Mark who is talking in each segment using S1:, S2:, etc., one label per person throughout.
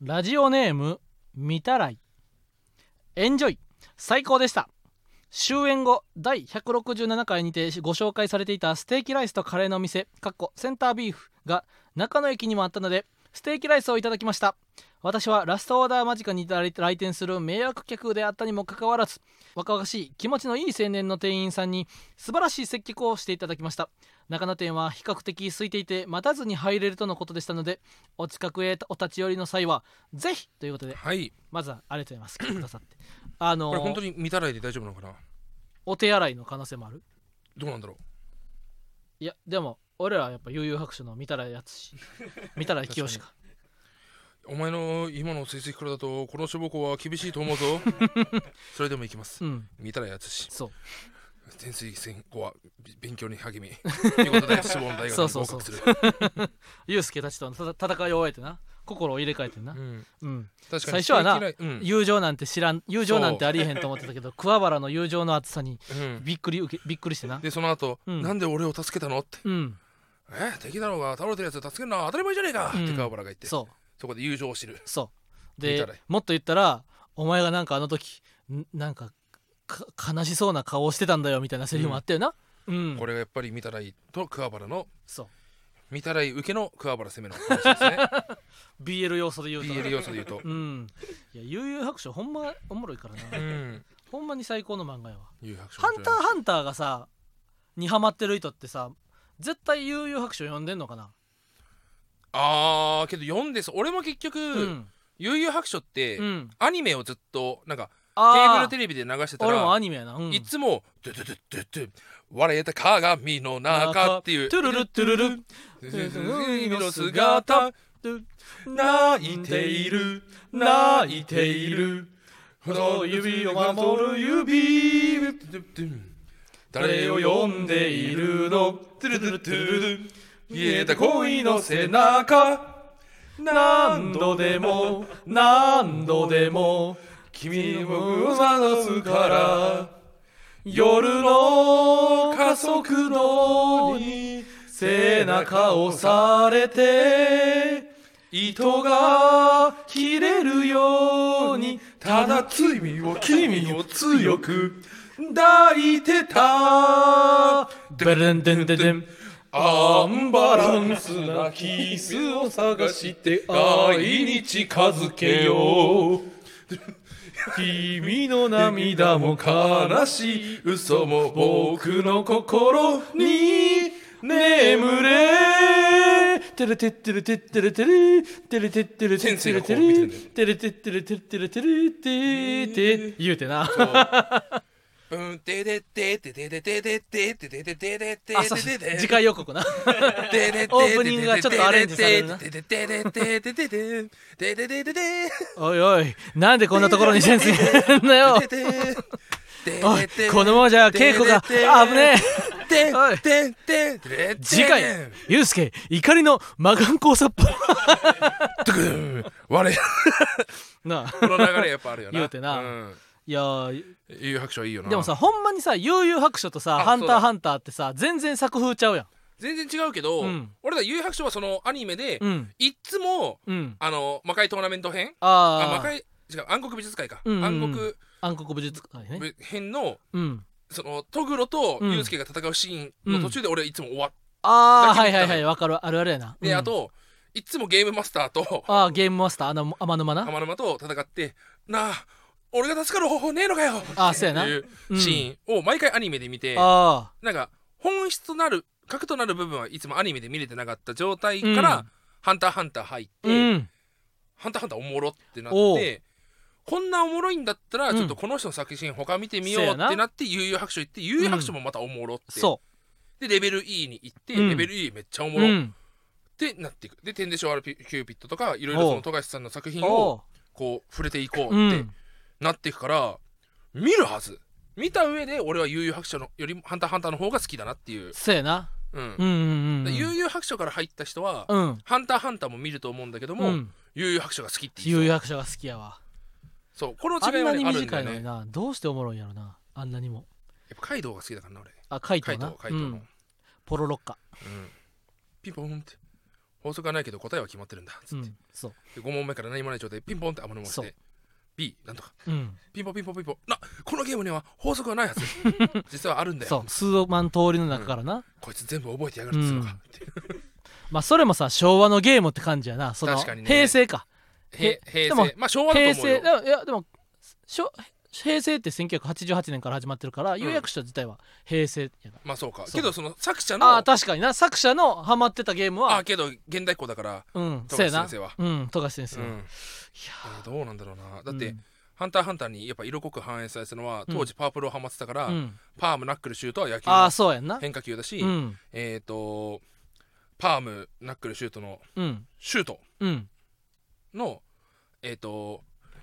S1: ラジオネームみたらいエンジョイ最高でした終演後第167回にてご紹介されていたステーキライスとカレーのお店かっこセンタービーフが中野駅にもあったのでステーキライスをいただきました私はラストオーダー間近に来店する迷惑客であったにもかかわらず若々しい気持ちのいい青年の店員さんに素晴らしい接客をしていただきました中野店は比較的空いていて待たずに入れるとのことでしたのでお近くへお立ち寄りの際はぜひということで
S2: はい
S1: まずはありがとうございます来てくださって あの
S2: これ本当に見たらいで大丈夫なのかな
S1: お手洗いの可能性もある
S2: どうなんだろ
S1: いやでも俺らはやっぱ悠々白書の見たらやつ し見たら清しか
S2: うお前の今の成績からだとこの志望校は厳しいと思う ぞそれでも行きます
S1: うん
S2: 見たらやつし
S1: そう
S2: 潜水戦後はび勉強に励 み見事な志望の大学
S1: そう
S2: に
S1: そうそ
S2: 合
S1: う
S2: 格する
S1: ユ介たちとの戦戦いを終えてな心を入れ替えてな、
S2: うん
S1: うん、
S2: 確か
S1: 最
S2: に
S1: 初はな
S2: ステーキライ
S1: 友情なんて知らん友情なんてありえへんと思って たけど桑原の友情の厚さに
S2: うんうん
S1: びっくり受けびっくりしてな
S2: でその後、
S1: うん
S2: なんで俺を助けたのって
S1: うん
S2: え敵だろうが倒れてるやつ助けるのは当たり前じゃねえか、
S1: うん
S2: って川原が言って
S1: そう
S2: そこで友情を知る
S1: そう
S2: 見
S1: で
S2: たらいい
S1: もっと言ったらお前がなんかあの時んなんかか悲しそうな顔をしてたんだよみたいなセリフもあったよなうん、
S2: これがやっぱり見たらいいと桑原の
S1: そう
S2: 見たらいい受けの桑原攻めの話ですね
S1: BL 要素で言うとな
S2: BL 要素で言うと
S1: うんいや悠々白書ほんまおもろいから
S2: う
S1: な
S2: ん
S1: ほんまに最高の漫画やわ
S2: 誘
S1: 「
S2: 白書
S1: ハンターハンター」がさにハマってる人ってさ絶対悠々白書読んでんのかな
S2: あーけど読んです俺も結局、
S1: うん
S2: 悠々白書って、
S1: うん
S2: アニメをずっとなんかケ
S1: あ
S2: ーブル
S1: あ
S2: テレビで流してた
S1: 俺もア
S2: ら
S1: ニメやな、うん、
S2: いつも「ドゥドゥドゥドゥドゥ割れた鏡の中」っていう
S1: トゥルルトゥルル
S2: 「海の姿泣いている泣いているこの指を守る指誰を呼んでいるのトゥルトゥルトゥルル消えた恋の背中何度でも何度でも君を探すから夜の加速度に背中をされて糸が切れるようにただ罪を君を強く抱いてた
S1: ベレンデンデデン
S2: アンバランスなキスを探して愛に近づけよう
S1: 君の
S2: 涙も悲しい嘘も僕の心に眠れ
S1: テレテッテレテッテレテレテレテッテレテッテレテレテレテッテレテッテレテレテーテー言うてな
S2: うんてでててててててててててててて
S1: あそうそう次回予告な
S2: オ
S1: ープニングがちょっとアレンジされるな
S2: ててててててててててててて
S1: おいおいなんでこんなところにセンス入れんのよ
S2: てて
S1: おいこのままじゃ稽古が危ね
S2: て
S1: おい
S2: ててて
S1: 次回ゆうすけ怒りの魔眼光殺法
S2: 我
S1: なあ
S2: この流れやっぱあるよな
S1: 言うてなんいやー
S2: 悠々白書いいよな
S1: でもさほんまにさ悠々白書とさ「
S2: あ
S1: ハン
S2: そう
S1: ター
S2: だ
S1: ハンター」ってさ全然作風ちゃうやん
S2: 全然違うけど、
S1: うん
S2: 俺ら悠々白書はそのアニメで、
S1: うん
S2: いっつも
S1: うん
S2: あの魔界トーナメント編あ
S1: あ
S2: 魔
S1: あ
S2: 界違う暗黒美術界か、
S1: うんうんうん
S2: 暗
S1: 暗黒武術会
S2: 黒
S1: ね
S2: ぶ編の
S1: うん
S2: そのトグロと
S1: うん
S2: ユウスケが戦うシーンの途中で俺いつも終わっ
S1: ああ
S2: だ
S1: は
S2: け
S1: い
S2: 見た
S1: は
S2: の
S1: いはいわかるあるあるやな
S2: て、
S1: うん
S2: あといっつもゲームマスターと
S1: ああゲームマスターあの天沼な
S2: 浜沼と戦ってなあ俺が助かる方法ねえのかよ
S1: ああそうや
S2: っ
S1: な
S2: ていうシーンを毎回アニメで見て、
S1: あ
S2: なんか本質となる核となる部分はいつもアニメで見れてなかった状態から
S1: う
S2: 「
S1: ん
S2: ハンターハンター」入って「
S1: あうん
S2: ハンターハンター」おもろってなっ
S1: おう
S2: てこんなおもろいんだったら
S1: うん
S2: ちょっとこの人の作品他見てみよ
S1: せ
S2: う
S1: や
S2: っ
S1: な
S2: てなって「悠々白書」行って「悠々白書」もまたおもろって、
S1: そ
S2: でレベル E に行って、
S1: うん
S2: レベル E めっちゃお
S1: う
S2: も
S1: う
S2: ろ、っ
S1: ん
S2: てなっていくで「天でしょアルピキューピッド」とかいろいろそ
S1: おう
S2: の富樫さんの作品
S1: お
S2: を
S1: う
S2: こう触れていこ
S1: う
S2: うって
S1: ん
S2: なっていくから、見るはず見た上で俺は悠々白書のよりも「ハンターハンター」の方が好きだなっていう。
S1: そうやな
S2: うん
S1: うんうんうんう
S2: で
S1: ん
S2: 悠々白書から入った人は、
S1: うん
S2: ハンターハンターも見ると思うんだけども、
S1: うん
S2: 悠々白書が好きって言う
S1: 悠々白書が好きやわ
S2: そうこの
S1: あ
S2: 違い
S1: ん
S2: は
S1: な
S2: ね、
S1: に
S2: あるんだ
S1: 短
S2: よ
S1: いのに
S2: ねやっ
S1: などうしておもろいんやろなあんなにも
S2: ぱカイドウが好きだからな俺
S1: あカイト
S2: カイ
S1: ウ
S2: ド
S1: な
S2: ウカイドウの、
S1: うんポロロッカ
S2: ピンポンって法則はないけど答えは決まってるんだつ
S1: う
S2: って、
S1: んそう
S2: で5問目から何もない状態でピンポンって雨のをし
S1: そう
S2: て B なんとか
S1: うん
S2: ピンポンピンポンピンポンなこのゲームには法則は ないはず実はあるんだ
S1: そ
S2: よ
S1: う数万通りの中からな、
S2: こいつ全部覚えてやがるっつうの
S1: うん
S2: かっていう
S1: まあそれもさ昭和のゲームって感じやなその
S2: 確かにね
S1: 平成か
S2: へ
S1: で
S2: 平
S1: も
S2: 成まあ昭和だ
S1: 平成
S2: と思うよ
S1: でもいやでもしょ平成って1988年から始まってるから、有役所自体は平成やな
S2: まあそうか
S1: そう
S2: けどその作者の
S1: ああ確かにな作者のハマってたゲーム
S2: あ
S1: は
S2: あけど現代っ子だから
S1: うん
S2: 富
S1: そう
S2: 樫
S1: やな
S2: 先生は
S1: うん富樫先
S2: う
S1: 生、
S2: ん
S1: いや
S2: えーどうなんだろうなだって、
S1: うん
S2: ハンターハンターにやっぱ色濃く反映されてたのは当時パープルをハマってたから、
S1: うん、
S2: パームナックルシュートは野球
S1: あ
S2: の
S1: あそうやんな
S2: 変化球だし、
S1: うん
S2: えっ、とパームナックルシュートの
S1: うん
S2: シュート
S1: うん
S2: のえっ、と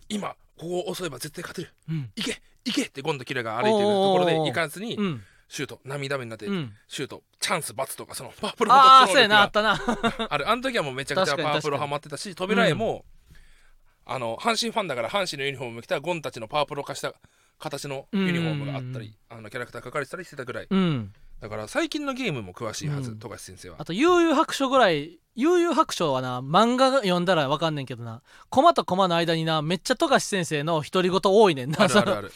S2: 今ここを襲えば絶対勝てる
S1: うん
S2: 行け行けってゴンドキラが歩いてるところで
S1: おー
S2: 行かずに
S1: うん
S2: シュート涙目になって、
S1: うん
S2: シュートチャンスバツとかそのパープルの
S1: ああ
S2: 特
S1: そう
S2: 徴
S1: や
S2: 力
S1: なあ
S2: が
S1: ったな
S2: あるあの時はもうめちゃくちゃ
S1: 確かに
S2: パワープロ
S1: 確か
S2: ハ
S1: に
S2: マってたし扉絵も、あの阪神ファンだから阪神のユニフォームを着たゴンたちのパワープロ化した形のユニフォームがあったり、あのキャラクター描かれてたりしてたぐらい
S1: うん
S2: だから最近のゲームも詳しいはず、
S1: うん
S2: 富樫先生は
S1: あと悠々白書ぐらい悠々白書はな漫画読んだらわかんねんけどなコマとコマの間になめっちゃ富樫先生の独り言多いねんな
S2: ある
S1: そ
S2: ある
S1: の
S2: ある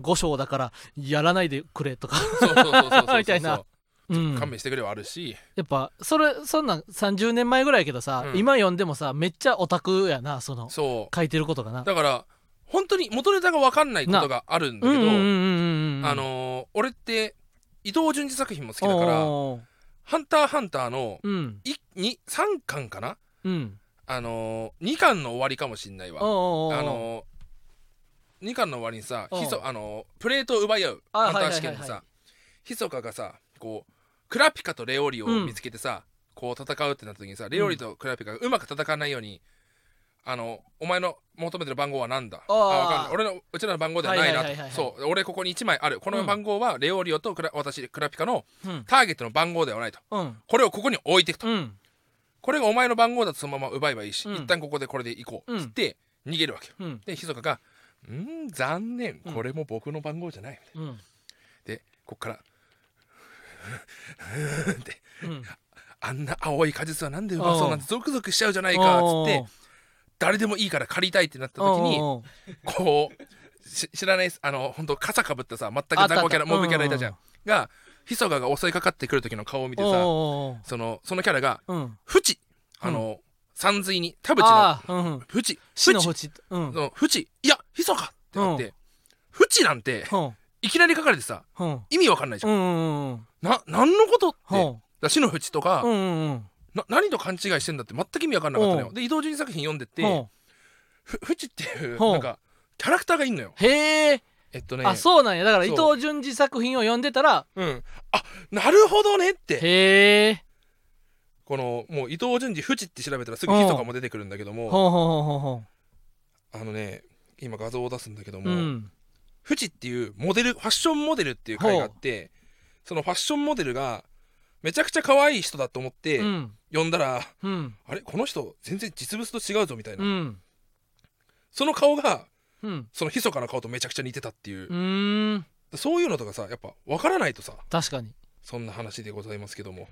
S1: 5章だからやらないでくれとか、
S2: そうそうそうそうそうそ う
S1: みたいなうん、
S2: 勘弁してくれはあるし、
S1: やっぱそれそんなん30年前ぐらいやけどさ、
S2: うん
S1: 今読んでもさめっちゃオタクやなその
S2: そ
S1: 書いてることがな
S2: うだから本当に元ネタが分かんないことがあるんだけど、あのー俺って伊藤潤二作品も好きだから
S1: ら
S2: 「ハンターハンターの
S1: うん
S2: い」の3巻かな
S1: うん
S2: あのー、2巻の終わりかもしんないわ
S1: おうおうおう
S2: あのー、2巻の終わりにさ
S1: うん
S2: ひそあのープレートを奪い合う
S1: あ
S2: ハンター試験で
S1: はいはいはいは
S2: さひそかがさこうクラピカとレオリオを見つけてさ、こう戦うってなった時にさレオリとクラピカがうまく戦わないように、あのお前の求めてる番号は何だ
S1: あ
S2: あ
S1: ー
S2: わかんない俺のうちらの番号ではないな
S1: はいはいはいはい
S2: と
S1: はい
S2: そう俺ここに1枚あるこの番号はレオリオとクラ私クラピカの
S1: うん
S2: ターゲットの番号ではないと
S1: うん
S2: これをここに置いていくと、
S1: うん
S2: これがお前の番号だとそのまま奪えばいいし、
S1: うん
S2: 一旦ここでこれで行こうっつって逃げるわけよ
S1: うん
S2: でひそかが「んー残念
S1: うん
S2: これも僕の番号じゃない」
S1: うん
S2: でこっから「って
S1: うん
S2: あんな青い果実はなんでうまそうなんてゾクゾクしちゃうじゃないか」
S1: お
S2: っ
S1: うおう
S2: つって誰でもいいから借りたいってなった時に
S1: おうおう
S2: こうし知らないあの本当傘かぶったさ全く雑魚キャ
S1: あったあった
S2: ラモブキャラいたじゃ
S1: うん
S2: がひそかが襲いかかってくる時の顔を見て
S1: おう
S2: さ
S1: おう
S2: そのそのキャラが
S1: おううん
S2: 「フチ」あの山髄に田淵の
S1: ああうんうん
S2: 「フチ」「
S1: 死
S2: フ
S1: の
S2: チ」
S1: 淵うんうん
S2: の「フチ」いやひそかってなって「フチ」なんて
S1: うん
S2: いきなり書かれてさ
S1: うん
S2: 意味わかんないじ
S1: う
S2: ゃん。
S1: んうん
S2: な何のことって
S1: う
S2: だか
S1: ん
S2: ら死の淵とか、
S1: うんうん
S2: な何と勘違いしてんだって全く意味わかんなかったの
S1: う
S2: よ。で伊藤潤作品読んでって、
S1: うん
S2: ふ淵っていう
S1: うん
S2: なんかキャラクターがいんのよ。
S1: へえ
S2: えっとね
S1: あそうなんやだから伊
S2: そう
S1: 藤潤二作品を読んでたら
S2: うん、あなるほどねって
S1: へえ
S2: このもう伊藤潤二淵って調べたらすぐ「
S1: うん
S2: ひ」とかも出てくるんだけども
S1: ほうほうほうほ
S2: あのね今画像を出すんだけど
S1: うほうう
S2: も
S1: ん
S2: 「淵、っていうモデルファッションモデルっていう回があってそのファッションモデルがめちゃくちゃ可愛い人だと思って
S1: うん
S2: 呼んだら、
S1: うん
S2: あれこの人全然実物と違うぞみたいな、
S1: うん
S2: その顔が
S1: うん
S2: その密かな顔とめちゃくちゃ似てたっていう
S1: う、ーん
S2: そういうのとかさやっぱ分からないとさ
S1: 確かに
S2: そんな話でございますけども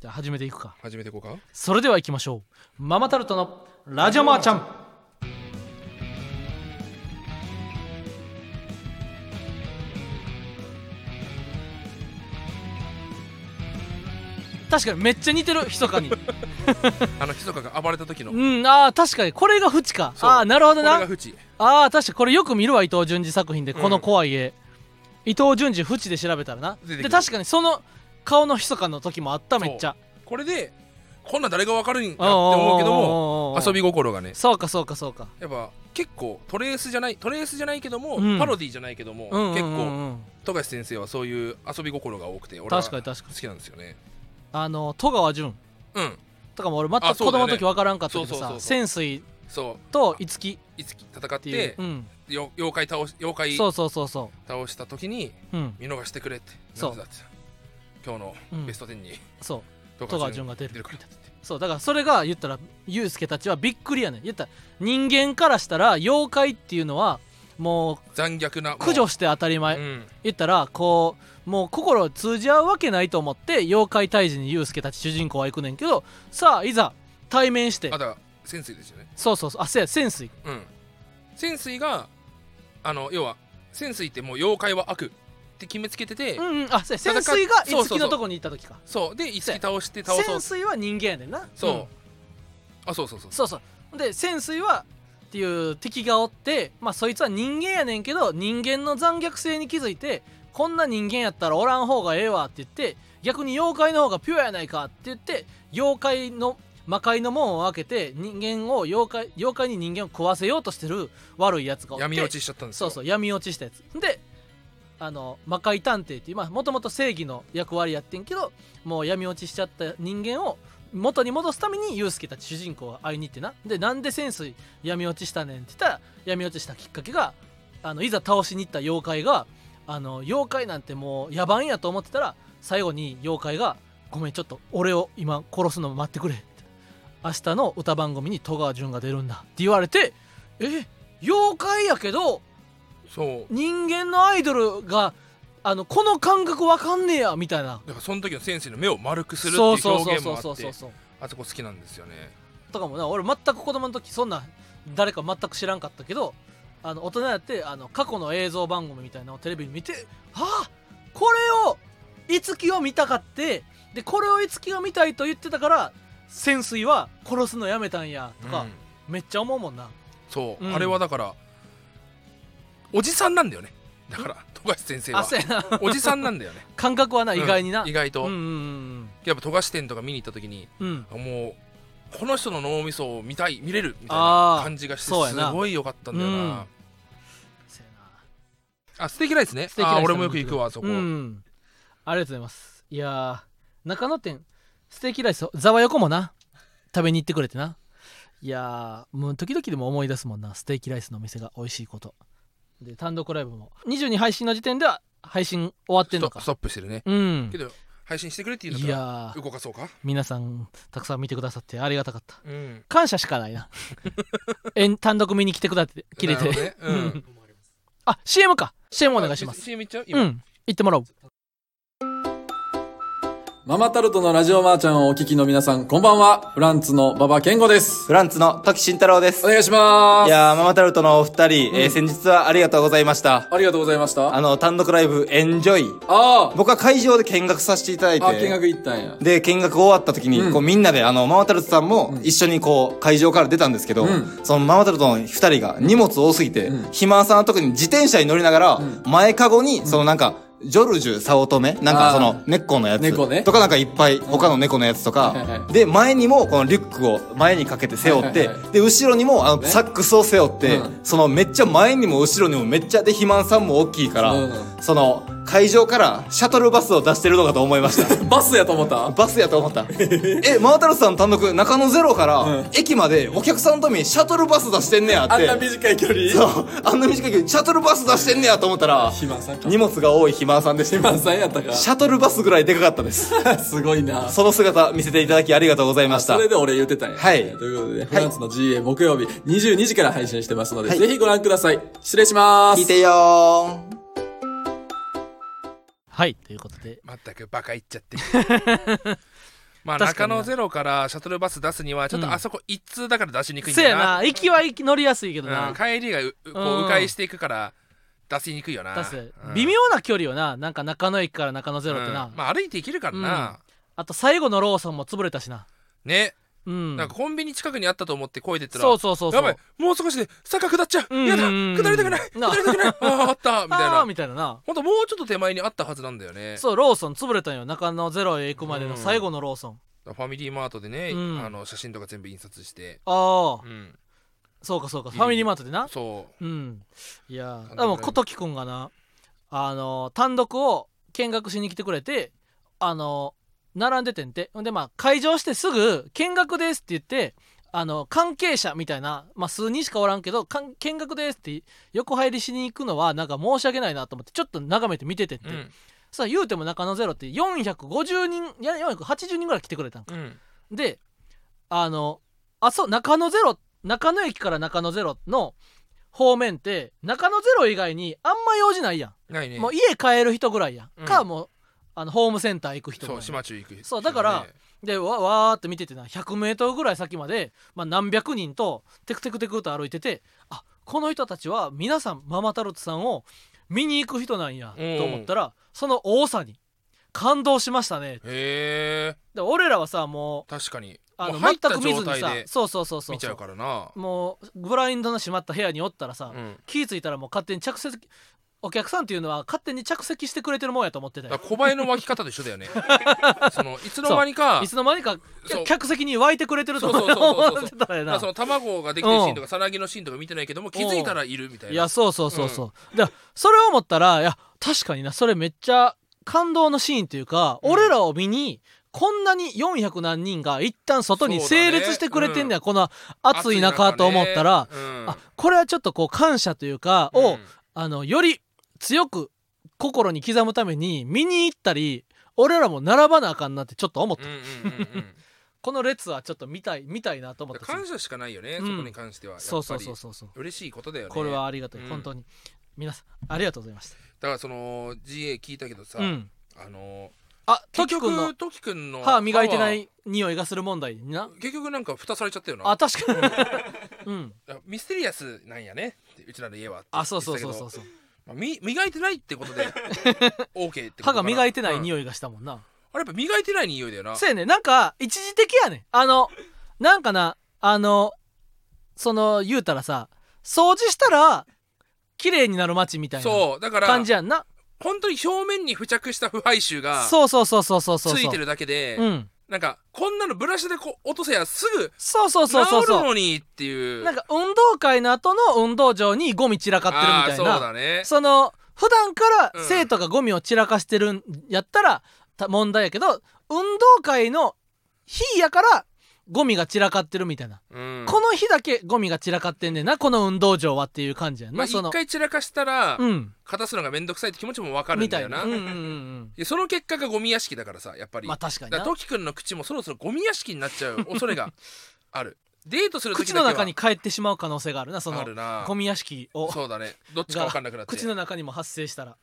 S1: じゃあ始めていくか
S2: 始めていこうか
S1: それでは行きましょうママタルトのラジオマーちゃん確かにめっちゃ似てる密かに
S2: あの密かが暴れた時のこ
S1: うんあー確かにこれが淵か
S2: そう
S1: ああなるほど
S2: れ
S1: な
S2: が淵
S1: ああ確かにこれよく見るわ伊藤潤二作品で
S2: うん
S1: この怖い絵、伊藤潤二淵で調べたらな
S2: 出てく
S1: で
S2: る
S1: 確かにその顔の密かの時もあった
S2: そう
S1: めっちゃ
S2: これでこんなん誰が分かるんやって
S1: ああ
S2: 思うけども遊
S1: び
S2: び心がね
S1: そうかそうかそうか
S2: やっぱ結構トレースじゃないトレースじゃないけども、
S1: うん
S2: パロディじゃないけども、
S1: うんうんうん
S2: 結
S1: うん
S2: 構富樫先生はそういう遊び心が多くて俺は
S1: 確か
S2: 好
S1: に確かに
S2: きなんですよね
S1: あの戸川潤
S2: うん
S1: とかも俺全く
S2: あ
S1: 子
S2: そうだ
S1: 供
S2: よ
S1: の
S2: ね
S1: 時分からんかったけど
S2: そうそう
S1: さ
S2: そうそう
S1: 潜水
S2: そ
S1: と五木っ
S2: ういつき戦って
S1: ていう、うん、
S2: よ妖怪倒し妖怪
S1: そうそうそうそ
S2: 倒した時に
S1: ううん
S2: 見逃してくれって
S1: そう
S2: なんでだって今日
S1: うん
S2: のベスト10に
S1: そう
S2: 戸
S1: 戸川潤が出る
S2: 出るから
S1: そうだからそれが言ったらユうスケたちはびっくりやねん言ったら人間からしたら妖怪っていうのはもう
S2: 残虐なもう
S1: 駆除して当たり前、
S2: うん
S1: 言ったらこうもう心通じ合うわけないと思って妖怪退治にユウスケたち主人公は行くねんけどさあいざ対面して
S2: あだから潜水ですよね
S1: そうそうそうあせや潜水
S2: うん潜水があの要は潜水ってもう妖怪は悪って決めつけてて、
S1: うんうんあせや
S2: 戦
S1: 潜
S2: っ
S1: 水が
S2: そうそう
S1: 五
S2: そう
S1: 木のとこに行った時か
S2: そうで一式倒して倒そう
S1: 潜水は人間やねんな
S2: そう、
S1: うん
S2: あそうそうそう
S1: そうそうで潜水はっていう敵がおってまあそいつは人間やねんけど人間の残虐性に気づいてこんな人間やったらおらん方がええわって言って逆に妖怪の方がピュアやないかって言って妖怪の魔界の門を開けて人間を妖怪妖怪に人間を食わせようとしてる悪いやつがおって
S2: 闇落ちしちゃったんです
S1: そ
S2: よ
S1: うそう闇落ちしたやつであの魔界探偵っていうもともと正義の役割やってんけどもう闇落ちしちゃった人間を元に戻すためにユウスケたち主人公が会いに行ってなでなんで潜水闇落ちしたねんって言ったら闇落ちしたきっかけがあのいざ倒しに行った妖怪があの妖怪なんてもう野蛮やと思ってたら最後に妖怪が「ごめんちょっと俺を今殺すの待ってくれ」って明日の歌番組に戸川潤が出るんだって言われてえ妖怪やけど
S2: そう
S1: 人間のアイドルがあのこの感覚わかんねえやみたいな
S2: だからその時の先生の目を丸くするって
S1: そう
S2: いう
S1: そう
S2: 表
S1: そう
S2: 現も
S1: そうそうそ
S2: あっ
S1: う
S2: て
S1: そう
S2: あそこ好きなんですよね
S1: とかもな俺全く子供の時そんな誰か全く知らんかったけどあの大人になってあの過去の映像番組みたいなのをテレビに見てあこれを五木を見たかってでこれを五木が見たいと言ってたから潜水は殺すのやめたんやとか
S2: うん、
S1: めっちゃ思うもんな
S2: そう、
S1: うん
S2: あれはだからおじさんなんだよねだから富樫先生
S1: あ
S2: は
S1: そうやな
S2: おじさんなんだよね
S1: 感覚はな 意外にな、
S2: うん意外と、
S1: うんうん
S2: やっぱ富樫店とか見に行った時に
S1: うんうん
S2: あもうこの人の脳みそを見たい見れるみたい
S1: あ
S2: な
S1: ー
S2: 感じがして
S1: そうや
S2: す
S1: な
S2: ごい良かったんだよな
S1: うんそうやな
S2: あステーキライスね
S1: ステーキライス
S2: あー俺もよく行くわあそこ、
S1: うんありがとうございますいやー中野店ステーキライスざわ横もな食べに行ってくれてないやーもう時々でも思い出すもんなステーキライスのお店が美味しいことで単独ライブも22配信の時点では配信終わってん
S2: ス
S1: の
S2: ト
S1: か
S2: ストップしてるね
S1: うん
S2: けど配信してくれって言うん
S1: い
S2: だった
S1: や
S2: ら
S1: ー
S2: 動かそうか
S1: 皆さんたくさん見てくださってありがたかった
S2: うん
S1: 感謝しかないなえん単独見に来てくだって切れ
S2: なるほど
S1: て
S2: ね うん
S1: あ CM か CM お願いしま
S2: あ
S1: す
S2: CM 行っちゃ
S1: う
S2: う今
S1: ん行ってもらおう
S3: ママタルトのラジオマーちゃんをお聞きの皆さん、こんばんは。フランツの馬場健吾です。
S4: フランツの滝慎太郎です。
S3: お願いしま
S4: い
S3: す。
S4: やー、ママタルトのお二人、えー先日はありがとうございました。
S3: ありがとうございました。
S4: あ
S3: あ
S4: の、単独ライブ、エンジョイ。
S3: あ
S4: 僕は会場で見学させていただい
S3: ー、あ、見
S4: て、
S3: 学行ったんや。
S4: で、見学終わった時に、
S3: うん
S4: こうみんなで、あの、ママタルトさんも一緒にこう、会場から出たんですけど、
S3: うん
S4: そのママタルトの二人が荷物多すぎて、
S3: うん
S4: 肥満さんは特に自転車に乗りながら、前かごに、そのなんか、ジョルジュ、早乙女なんか
S3: あー
S4: その、猫のやつ。
S3: 猫ね
S4: とかなんかいっぱい、他の猫のやつと
S3: はいはい
S4: か
S3: は。
S4: で、前にも、このリュックを前にかけて背負っ
S3: はい
S4: て
S3: はいは、
S4: で、後ろにも、あの、サックスを背負って
S3: うん、
S4: その、めっちゃ前にも後ろにもめっちゃ、で、肥満さんも大きいから
S3: うん、
S4: その、会場からシャトルバスを出してるのかと思いました。
S3: バスやと思った
S4: バスやと思った。え、マータルトさん単独、中野ゼロから、駅までお客さんのためにシャトルバス出してんねやって。
S3: あんな短い距離。
S4: そう、あんな短いけど、シャトルバス出してんねやと思ったら、
S3: 肥満さんか。
S4: 荷物が多い肥満さんでした。
S3: 肥満さんやったか。
S4: シャトルバスぐらいでかかったです。
S3: すごいな。
S4: その姿見せていただきありがとうございました
S3: そ。れで俺言ってたんや。
S4: はい
S3: ということで、フランツの GA 木曜日22時から配信してますので、ぜひご覧ください。失礼しま
S4: 聞い
S3: す。
S4: てよー。
S1: はいということで
S2: 全くバカ言っち ゃってまあ
S1: 確か
S2: 中
S1: にな
S2: 野ゼロからシャトルバス出すにはちょっ
S1: うん
S2: とあそこ一通だから出しにくいん
S1: せ
S2: だよ
S1: や
S2: な,、
S1: な行きは行き乗りやすいけどな、
S2: うん、帰りがうこう
S1: うん
S2: 迂回していくから出しにくいよな
S1: 出す
S2: うん
S1: 微妙な距離よななんか中野駅から中野ゼロってな、
S2: うんまあ歩いていけるからな、
S1: あと最後のローソンも潰れたしな
S2: ね
S1: うん
S2: なんかコンビニ近くにあったと思って声出たら
S1: そうそうそうそう
S2: やばいもう少しで坂下っちゃう、
S1: うん
S2: やだ
S1: うん
S2: 下りたくない
S1: な
S2: 下りた くないあーあったみたい
S1: あー
S2: な
S1: みたいなな
S2: ほんともうちょっと手前にあったはずなんだよね
S1: そうローソン潰れたんよ中野ゼロへ行くまでの最後のローソン、
S2: ファミリーマートでね、
S1: うん
S2: あの写真とか全部印刷して、
S1: ああ、
S2: うん、
S1: そうかそうか
S2: ギ
S1: フ
S2: リギリ
S1: ァミリーマートでな
S2: そう
S1: うんいや
S2: 単独
S1: ー
S2: ライブ
S1: でも琴樹くんがなあのー単独を見学しに来てくれてあのー並んでてんてほんでまあ会場してすぐ「見学です」って言ってあの関係者みたいなまあ数人しかおらんけどかん見学ですって横入りしに行くのはなんか申し訳ないなと思ってちょっと眺めて見ててって、
S2: うん
S1: さあ言うても中野ゼロって450人いや480人ぐらい来てくれたんか
S2: うん
S1: であのあそう中野ゼロ中野駅から中野ゼロの方面って中野ゼロ以外にあんま用事ないや
S2: ないね
S1: んもう家帰る人ぐらいやん、
S2: うん
S1: かもうあのホームセンター行く人ぐ
S2: そ
S1: ら
S2: う
S1: い
S2: 島中行く人ね
S1: そうだからでわわーって見ててな 100m ぐらい先まで、まあ、何百人とテクテクテクと歩いててあこの人たちは皆さんママタルトさんを見に行く人なんや
S2: うん
S1: と思ったら、その多さに感動しましたね
S2: へえ
S1: で俺らはさもう
S2: 確かに
S1: あ
S2: も
S1: の
S2: う入
S1: 全
S2: った
S1: く見ず
S2: 状
S1: に
S2: 態
S1: さ
S2: で
S1: そうそうそうそう
S2: 見ちゃうからな
S1: もうブラインドの閉まった部屋におったらさ、
S2: うん
S1: 気ぃ付いたらもう勝手に着席お客さんっていうのは勝手に着席してくれてるもんやと思ってた
S2: だから
S1: よ
S2: 小林の巻き方と一緒だ よねそのいつの間にか
S1: いつの間にか
S2: そう
S1: 客席に湧いてくれてると
S2: そうそうそうそう
S1: 思ってたよ
S2: だから
S1: な
S2: その卵ができてるシーンとかさなぎのシーンとか見てないけども気づいたらいるみたい
S1: い
S2: な
S1: やそうそうそうそう、だからそれを思ったらいや確かになそれめっちゃ感動のシーンというか、
S2: うん
S1: 俺らを見にこんなに400何人が一旦外に
S2: そうだ
S1: 整
S2: ね
S1: 列してくれてんだよ
S2: う
S1: この暑い中と思ったら、
S2: 暑い中ねうん
S1: あこれはちょっとこう感謝というかを、
S2: うん
S1: あのより強く心に刻むために見に行ったり俺らも並ばなあかんなってちょっと思った、
S2: うんうんうん うん
S1: この列はちょっと見たい見たいなと思った
S2: 感謝しかないよね、
S1: うん
S2: そこに関してはやっぱり
S1: そうそうそうそうそう
S2: 嬉しいことだよね
S1: これはありがたい、
S2: うん
S1: 本当に皆さんありがとうございました
S2: だからその GA 聞いたけどさ、
S1: うん
S2: あの
S1: あト
S2: 結
S1: キ君の
S2: 局トキ君の
S1: 歯磨いてない匂いがする問題にな
S2: 歯は結局なんか蓋されちゃったよな
S1: あ確かにうん
S2: ミステリアスなんやねってうちらの家はって
S1: あそうそうそう
S2: 言って
S1: そ
S2: た
S1: う
S2: け
S1: そう
S2: ど、まあ、み磨いてないっ てことで OK ってこと
S1: 歯が磨いてない
S2: い、
S1: 匂いがしたもんな
S2: うんあれやっぱ磨いてない匂いだよな
S1: そうやねなんか一時的やねんあのなんかなあのその言うたらさ掃除したら綺麗になる街みたいな
S2: そうだから
S1: 感じやんな
S2: 本当に表面に付着した腐敗臭が
S1: そうそうそうそうそう
S2: つ
S1: そう
S2: いてるだけで
S1: うん
S2: なんかこんなのブラシでこう落とせやすぐ
S1: そうそう
S2: 治る
S1: そうそうそ
S2: のにっていう
S1: うなんか運動会の後の運動場にゴミ散らかってるみたいな
S2: あーそうだね
S1: その普段か
S2: う
S1: ら
S2: ん
S1: 生徒がゴミを散らかしてるんやったらた問題やけど運動会の日やからゴミが散らかってるみたいな、
S2: うん
S1: この日だけゴミが散らかってんねんなこの運動場はっていう感じやんな、
S2: まあ、
S1: その
S2: 一回散らかしたら、
S1: うん
S2: 片すのがめんどくさいって気持ちもわかるん
S1: み
S2: だ
S1: た
S2: よ
S1: い
S2: な
S1: なうんうんうんうん
S2: いやその結果がゴミ屋敷だからさやっぱり、
S1: まあ確かに
S2: だ
S1: な
S2: からトキ君の口もそろそろゴミ屋敷になっちゃう恐 れがあるデートする時
S1: 口
S2: だけ
S1: の
S2: は
S1: 中に帰ってしまう可能性があるなその
S2: あるな
S1: ゴミ屋敷を
S2: そうだねどっちかわかんなくな
S1: が
S2: って
S1: 口の中にも発生したら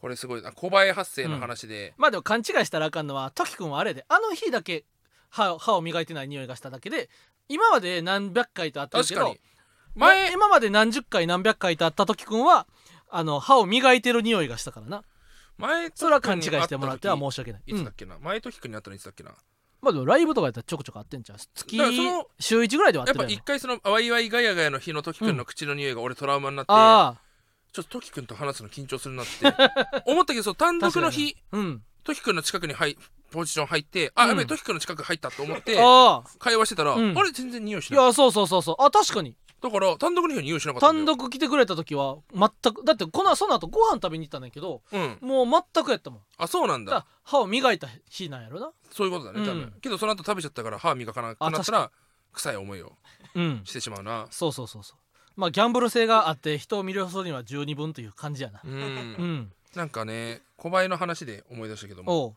S2: これすごいな小林発生の話で、
S1: まあでも勘違いしたらあかんのはトキ君はあれやであの日だけ歯を歯を磨いてない匂いがしただけで今まで何百回とあった
S2: 確
S1: け
S2: か
S1: ど
S2: に
S1: 前
S2: 前
S1: 今まで何十回何百回と会った時くんはあの歯を磨いてる匂いがしたからな
S2: 前
S1: それは勘違いしてもらっては申し訳ない、
S2: いうつ
S1: ん
S2: だっけな、前トキ君に会ったのいつだっけな
S1: まあでもライブとかやったらちょこちょこ会ってんじゃん月
S2: だからその
S1: 週1ぐらいでは会
S2: や
S1: っる
S2: ってぱ
S1: やん
S2: 一回そのワイワイガヤガヤの日のトキ君の口の匂いが俺トラウマになって、
S1: あ
S2: ちょっとトキ君と話すの緊張するなって 思ったけどそう単
S1: あ
S2: 独の日
S1: 確かにうん
S2: トキ君の近くに入ポジション入ってあ、
S1: うん
S2: やべえトキ君の近く入ったと思って
S1: ああ
S2: 会話してたら、
S1: うん
S2: あれ全然匂いし
S1: い
S2: ない
S1: やそうそうそうそうあ確かに
S2: だから単独の日は匂いしなかった
S1: 単
S2: んだよ
S1: 独来てくれた時は全くだってこのその後ご飯食べに行ったんだけど
S2: うん
S1: もう全くやったもん
S2: あそうなんだ
S1: だから歯を磨いた日なんやろな
S2: そういうことだね多分、
S1: うん
S2: けどその後食べちゃったから歯磨かなくなったら臭い思いを
S1: うん
S2: してしまうな
S1: そうそうそうそうまあギャンブル性があって人を魅了するには十二分という感じやな
S2: うん、
S1: うん
S2: なんかね小林の話で思い出したけども
S1: おう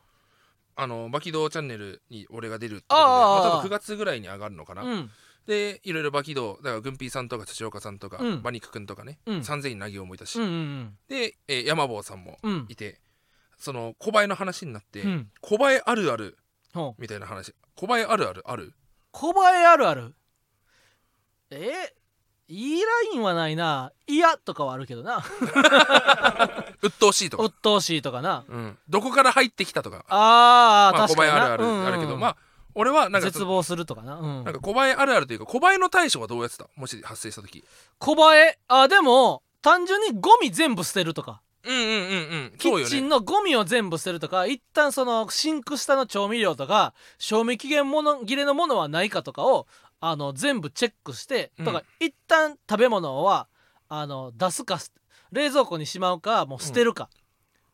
S2: あのバキドーチャンネルに俺が出るってことで
S1: ああ
S2: まあ、多分9月ぐらいに上がるのかな、
S1: うん
S2: でいろいろバキドーだからグンピーさんとか土岡さんとか、
S1: うん
S2: 馬肉くんとかね、
S1: うん
S2: 三千人なぎをもいたし、
S1: うんうん
S2: で、えー、山坊さんも
S1: うんうん
S2: いて、その小林の話になって、
S1: うん
S2: 小林あるある
S1: ほう
S2: みたいな話小林あるあるある
S1: 小林あるあるえいいラインはないないやとかはあるけどな
S2: 鬱陶しいとか
S1: 鬱陶しいとかな
S2: うん、どこから入ってきたとか
S1: あー、
S2: まあ、小
S1: 確かに
S2: 林あ
S1: な
S2: るあるあるけど、
S1: うん
S2: まあ俺はなんか
S1: 絶望するとかな,、うん、
S2: なんか小林あるあるというか小林の対処はどうやってたもし発生した時
S1: 小林あでも単純にゴミ全部捨てるとか、
S2: うんうんうんうん
S1: キ
S2: そう
S1: ッ
S2: よ
S1: チン
S2: ね
S1: のゴミを全部捨てるとか一旦そのシンク下の調味料とか賞味期限もの切れのものはないかとかをあの全部チェックして、
S2: うん
S1: とか一旦食べ物はあの出すかす冷蔵庫にしまうかもう捨てるか、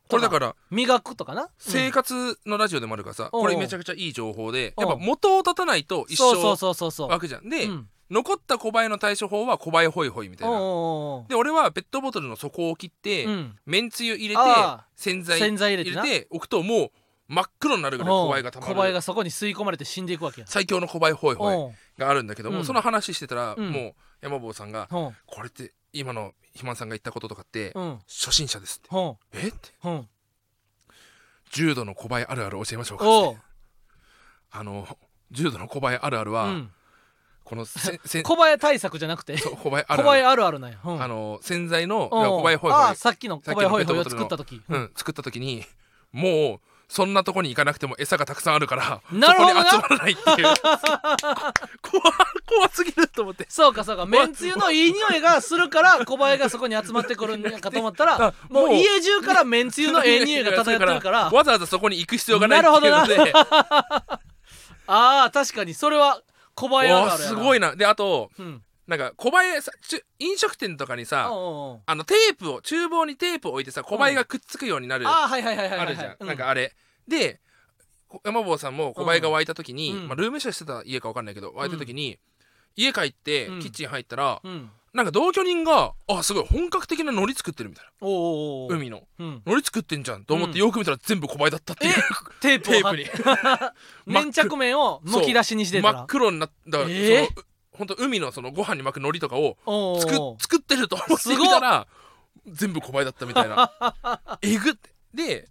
S2: これだから
S1: 磨くとかな
S2: 生活のラジオでもあるからさ、
S1: おうおう
S2: これめちゃくちゃいい情報で
S1: お
S2: や
S1: う
S2: っぱ元を立たないと一
S1: そうそう
S2: 生
S1: そうそうそう
S2: わけじゃんで、
S1: うん
S2: 残った小林の対処法は小林ホイホイみたい
S1: おう
S2: な
S1: おうおう
S2: で俺はペットボトルの底を切って、
S1: うん
S2: めんつゆ入れて
S1: ああ
S2: 洗剤
S1: 洗剤入れてな
S2: 置くともう真っ黒になるぐらい小林がたま
S1: 小
S2: る
S1: 林がそこに吸い込まれて死んでいくわけや
S2: 最強の小林ホイホイ
S1: おう
S2: があるんだけども、
S1: うん
S2: その話してたら、
S1: うん
S2: もう山坊さんが、
S1: ほん
S2: これって今の肥満さんが言ったこととかって、
S1: うん
S2: 初心者ですって、
S1: ほん
S2: えって
S1: ほん
S2: 重度の小林あるある教えましょうかっ
S1: おう
S2: つってあの重度の小林あるあるは、
S1: うん、
S2: こ のせせん
S1: 小林対策じゃなくて
S2: そう小林あ
S1: 小
S2: るある
S1: 林あるあるなんや、うん
S2: あの洗剤の
S1: うん
S2: 小林ホイホ
S1: あ
S2: イ
S1: あさっきの小林ホイホイを作った時
S2: うん、作った時にもうそんなとこに行かなくても餌がたくさんあるから
S1: なるほどな
S2: そこに集まらないっていう 怖怖すぎると思 って
S1: そうかそうかめんつゆのいい匂いがするから小林がそこに集まってくるんやかと思ったら
S2: あ
S1: もう
S2: もう
S1: 家中からめんつゆのええ匂いが漂ってるから
S2: わざわざそこに行く必要がないっていうので
S1: ああ確かにそれは小林ある
S2: お
S1: あ
S2: ー
S1: るや
S2: す
S1: な
S2: ごいなであと
S1: うん
S2: なんか小林さちゅ飲食店とかに
S1: おう
S2: さ
S1: おうおう
S2: あのテープを厨房にテープを置いてさ小林がくっつくようになる
S1: ああはいはいはいはいは
S2: あ
S1: い
S2: るじゃん、
S1: う
S2: なんかあれでこ山坊さんも小林が湧いた時に、
S1: うん
S2: まあ、ルームシェアしてた家か分かんないけど湧いた時に、家帰って
S1: うん
S2: キッチン入ったら、
S1: うん
S2: なんか同居人があすごい本格的な海苔作ってるみたい
S1: おうおうお
S2: な
S1: う
S2: 海の
S1: うん
S2: 海苔作ってんじゃんと思って
S1: うん
S2: よく見たら全部小林だったって
S1: え
S2: いう、
S1: テープ
S2: テ
S1: を貼
S2: ー
S1: っ
S2: プに
S1: 粘着面をむき出しにしてた
S2: 真っ
S1: ら
S2: 黒になったから、
S1: えー
S2: その本当海のそのご飯に巻く海苔とかを
S1: おう
S2: 作
S1: おう
S2: 作ってると思って
S1: すごっ
S2: 見たら全部小林だったみたいな えぐってで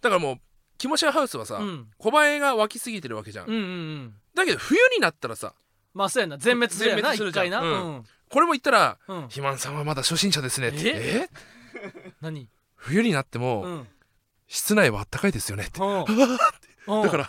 S2: だからもうキモシアハウスはさ、
S1: うん
S2: 小林が湧きすぎてるわけじゃん、
S1: うんうんうん
S2: だけど冬になったらさ
S1: まあそうやな全滅するやな
S2: 全滅す
S1: 一
S2: るじゃん
S1: 回な
S2: う
S1: うん
S2: んこれも言ったら
S1: う
S2: 「
S1: ん
S2: 肥満さんはまだ初心者ですね」って
S1: え
S2: え
S1: 何
S2: 冬になっても、
S1: うん
S2: 室内はあったかいですよねって
S1: おうおう
S2: だから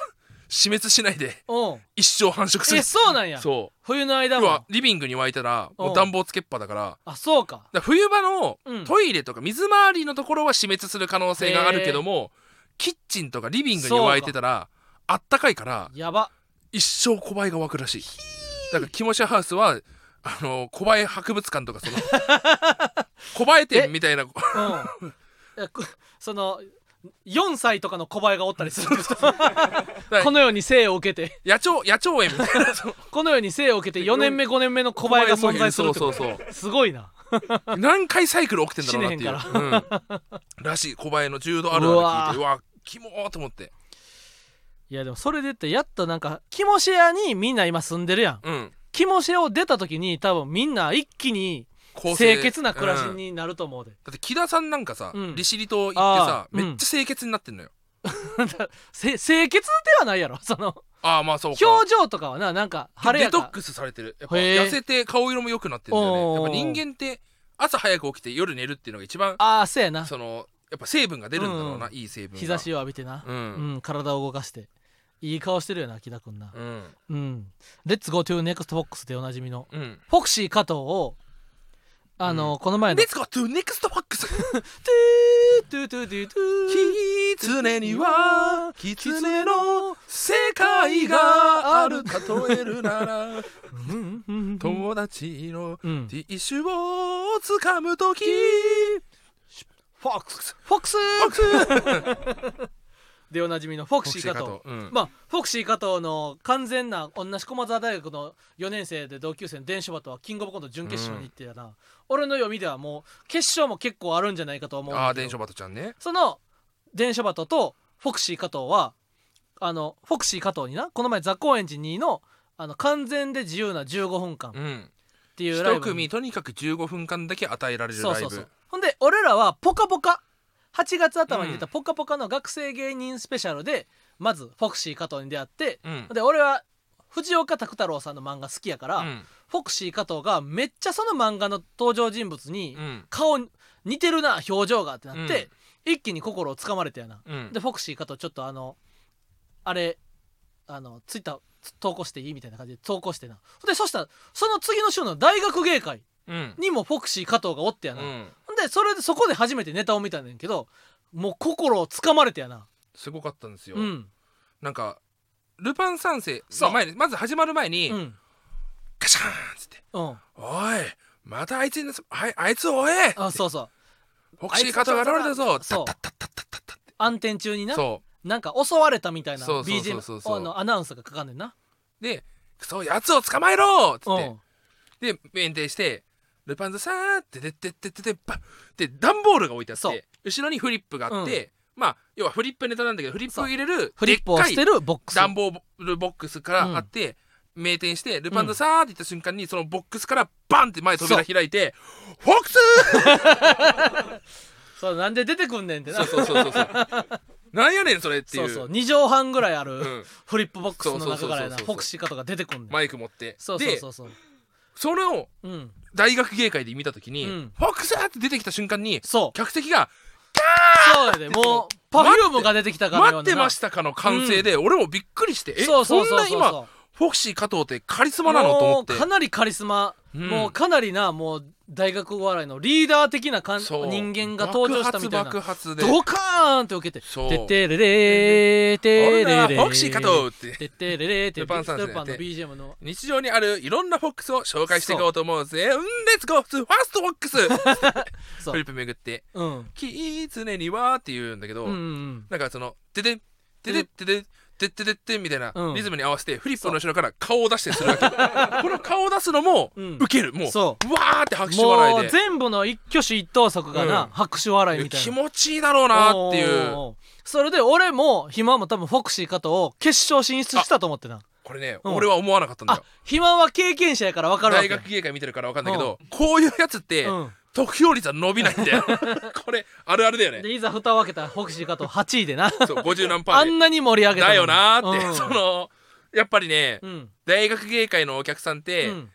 S2: 死滅しないで
S1: おう
S2: 一生繁殖す
S1: え
S2: る
S1: そうなんや
S2: そ
S1: 冬の
S2: う
S1: 間
S2: 要は
S1: も
S2: リビングに湧いたら
S1: うん
S2: もう暖房つけっぱだからだか
S1: あそうから
S2: 冬場の
S1: うん
S2: トイレとか水回りのところは死滅する可能性があるけどもキッチンとかリビングに湧いてたらあったかいから
S1: やば
S2: 一生小林が湧くらしいだからキモシャハウスはあの小林博物館 とかその小林店みたいな
S1: うんいやこその4歳とかの小林がおったりするんですよ このように生を受けて
S2: 野鳥野鳥園みたいなそう
S1: このように生を受けて4年目5年目の小林が存在するって
S2: そ
S1: こ
S2: うそうそう
S1: とすごいな
S2: 何回サイクル起きてんだろうなっていう
S1: 死
S2: うん、らしい小林の柔道あるある聞いてうわキモーと思って
S1: いやでもそれでってやっとなんかキモシェアにみんな今住んでるやん
S2: うん
S1: キモシェアを出た時に多分みんな一気に
S2: 構成
S1: 清潔な暮らし
S2: うんだ
S1: になると思うで、
S2: って木田さんなんかさ、
S1: うん
S2: 利尻島行ってさ
S1: あーうん
S2: めっちゃ清潔になってんのよ、
S1: せ清潔ではないやろ その
S2: ああまあそうか
S1: 表情とかはななんか晴れ
S2: デ
S1: や
S2: ト
S1: か
S2: ックスされてるやっぱ
S1: へー
S2: 痩せて顔色も良くなってるんだよね
S1: おー
S2: やっぱ人間って朝早く起きて夜寝るっていうのが一番
S1: ああそうやな
S2: そのやっぱ成分が出るんだろうな、
S1: うん
S2: いい成分が
S1: 日差しを浴びてな、
S2: う
S1: うん
S2: ん、
S1: 体を動かしていい顔してるよな木田君な
S2: うん
S1: うん「レッツゴートゥーネクストボックス」でおなじみの
S2: うん
S1: フォクシー加藤をあの、この前の
S2: レッツゴートゥネクストファック
S1: 「
S2: ス
S1: トゥートゥートゥートゥートゥー」
S2: キツネにはキツネの世界がある例えるなら
S1: うんうんうんうん
S2: 友達のテ
S1: うん
S2: ィッシュを掴む時
S1: フォックスフォックスでおなじみのフォクシー加藤
S2: フォクシー加藤うん
S1: まあフォクシー加藤の完全な同じ駒澤大学の4年生で同級生の伝書バとはキングオブコント準決勝に行ってやな、俺の読みではもう決勝も結構あるんじゃないかとは思うんだけど
S2: ああ伝書バトちゃんね
S1: その電書バトとフォクシー加藤はあのフォクシー加藤になこの前ザ・高円寺2のあの完全で自由な15分間っ
S2: うん
S1: ていうライ
S2: 一
S1: ブに
S2: 組とにかく15分間だけ与えられる
S1: そう
S2: ライ
S1: そう
S2: ブ
S1: そうほんで俺らは「ぽかぽか」8月頭に出た「ぽかぽか」の学生芸人スペシャルでまずフォクシー加藤に出会って、
S2: うん
S1: で俺は藤岡拓太郎さんの漫画好きやから、
S2: うん
S1: フォクシー加藤がめっちゃその漫画の登場人物に
S2: うん
S1: 顔似てるな表情がってなって、一気に心をつかまれたやな、
S2: うん
S1: でフォクシー加藤ちょっとあのあれあのツイッター投稿していいみたいな感じで投稿してなでそしたらその次の週の大学芸会
S2: うん
S1: にもフォクシー加藤がおってやな、
S2: うん
S1: ほんでそれでそこで初めてネタを見たんだけどもう心をつかまれてやな
S2: すごかったんですよ
S1: うん
S2: なんかルパン三世
S1: そう
S2: の前にまず始まる前に
S1: うん
S2: カシャーンっつって
S1: うん
S2: 「おいまたあいつにあいあいつを追え!」
S1: あそうそう
S2: フォクシー加藤が現れたぞ
S1: そう
S2: タッタッタッタッタッタッタッ
S1: 暗転中にな
S2: そ
S1: なんか襲われたみたいな
S2: そうそうそうそうそう
S1: BGM あのアナウンスがかかんねんな
S2: うでクソやつを捕まえろっつ
S1: う
S2: っ
S1: ん
S2: てで弁定してルパンザさーってでってってってばで段ボールが置いてあっ
S1: そう
S2: て後ろにフリップがあってまあ要はフリップネタなんだけどフリップを入れる
S1: フ
S2: で
S1: リ
S2: っ
S1: ップを
S2: か
S1: 捨
S2: い
S1: てるボックス
S2: 段ボールボックスからあって名店してルパンザさーって言った瞬間にそのボックスからバンって前扉開いてフォックス
S1: そうなんで出てくんねんってな
S2: そうそうそうそうそうなんやねんそれってい
S1: そううそう2畳半ぐらいあ
S2: う
S1: る
S2: ん
S1: フリップボックスの中からやな
S2: そうそうそうそう
S1: フォクシーかとか出てこんねん
S2: マイク持って
S1: そうそう
S2: で
S1: そうそう
S2: それを
S1: うん
S2: 大学芸会で見た時に、
S1: うん
S2: フォックスーって出てきた瞬間に
S1: そう
S2: 客席が
S1: そうやでもうパフュームが出てきたかのような
S2: 待ってましたかの歓声で、俺もびっくりしてえ
S1: そうそう
S2: そ
S1: そうそうん
S2: な今フォクシー加藤ってカリスマなのと思って
S1: もうかなりカリスマ、
S2: うん
S1: もうかなりなもう大学お笑いのリーダー的な感
S2: そう
S1: 人間が登場したみたいな
S2: 爆発爆発で
S1: ドカーンって受けて「
S2: そう
S1: てってれれーてれれ
S2: 俺ら
S1: ー
S2: フォクシー加藤って
S1: てってれれーって
S2: ルパン三世
S1: ルパンの BGM の
S2: 日常にあるいろんなフォックスを紹介していこうと思うぜうんレッツゴーファーストフォックス
S1: そう
S2: フリップ巡って
S1: うん
S2: 「キーツネには」って言うんだけど、
S1: うんうん
S2: なんかその「てでんてでんてでんてってでってん」みたいな
S1: うん
S2: リズムに合わせてフリップの後ろから顔を出してするわけ この顔を出すのも
S1: うん
S2: ウケるもう
S1: そう
S2: わーって拍手
S1: も
S2: 笑
S1: う
S2: いで
S1: 全部の一挙手一投足がな、
S2: うん
S1: 拍手笑い
S2: いや
S1: みたいな
S2: 気持ちいいだろうなってい
S1: おー
S2: う
S1: おーそれで俺も暇も多分フォクシー加藤を決勝進出したと思ってな
S2: これね
S1: うん
S2: 俺は思わなかったんだ
S1: あ
S2: よ
S1: 暇は経験者やから分かるわ
S2: 大
S1: け
S2: 学芸会見てるから分かんないけどこういうやつって
S1: うん
S2: 得票率は伸びない んだよこれあるあるだよね
S1: でいざ蓋を開けたらフォクシー加藤8位でな
S2: そう50何パ
S1: あ
S2: ーで
S1: んなに盛り上げたの
S2: だ
S1: に
S2: よなーって、
S1: うん
S2: そのやっぱりね、
S1: うん
S2: 大学芸会のお客さんって、
S1: うん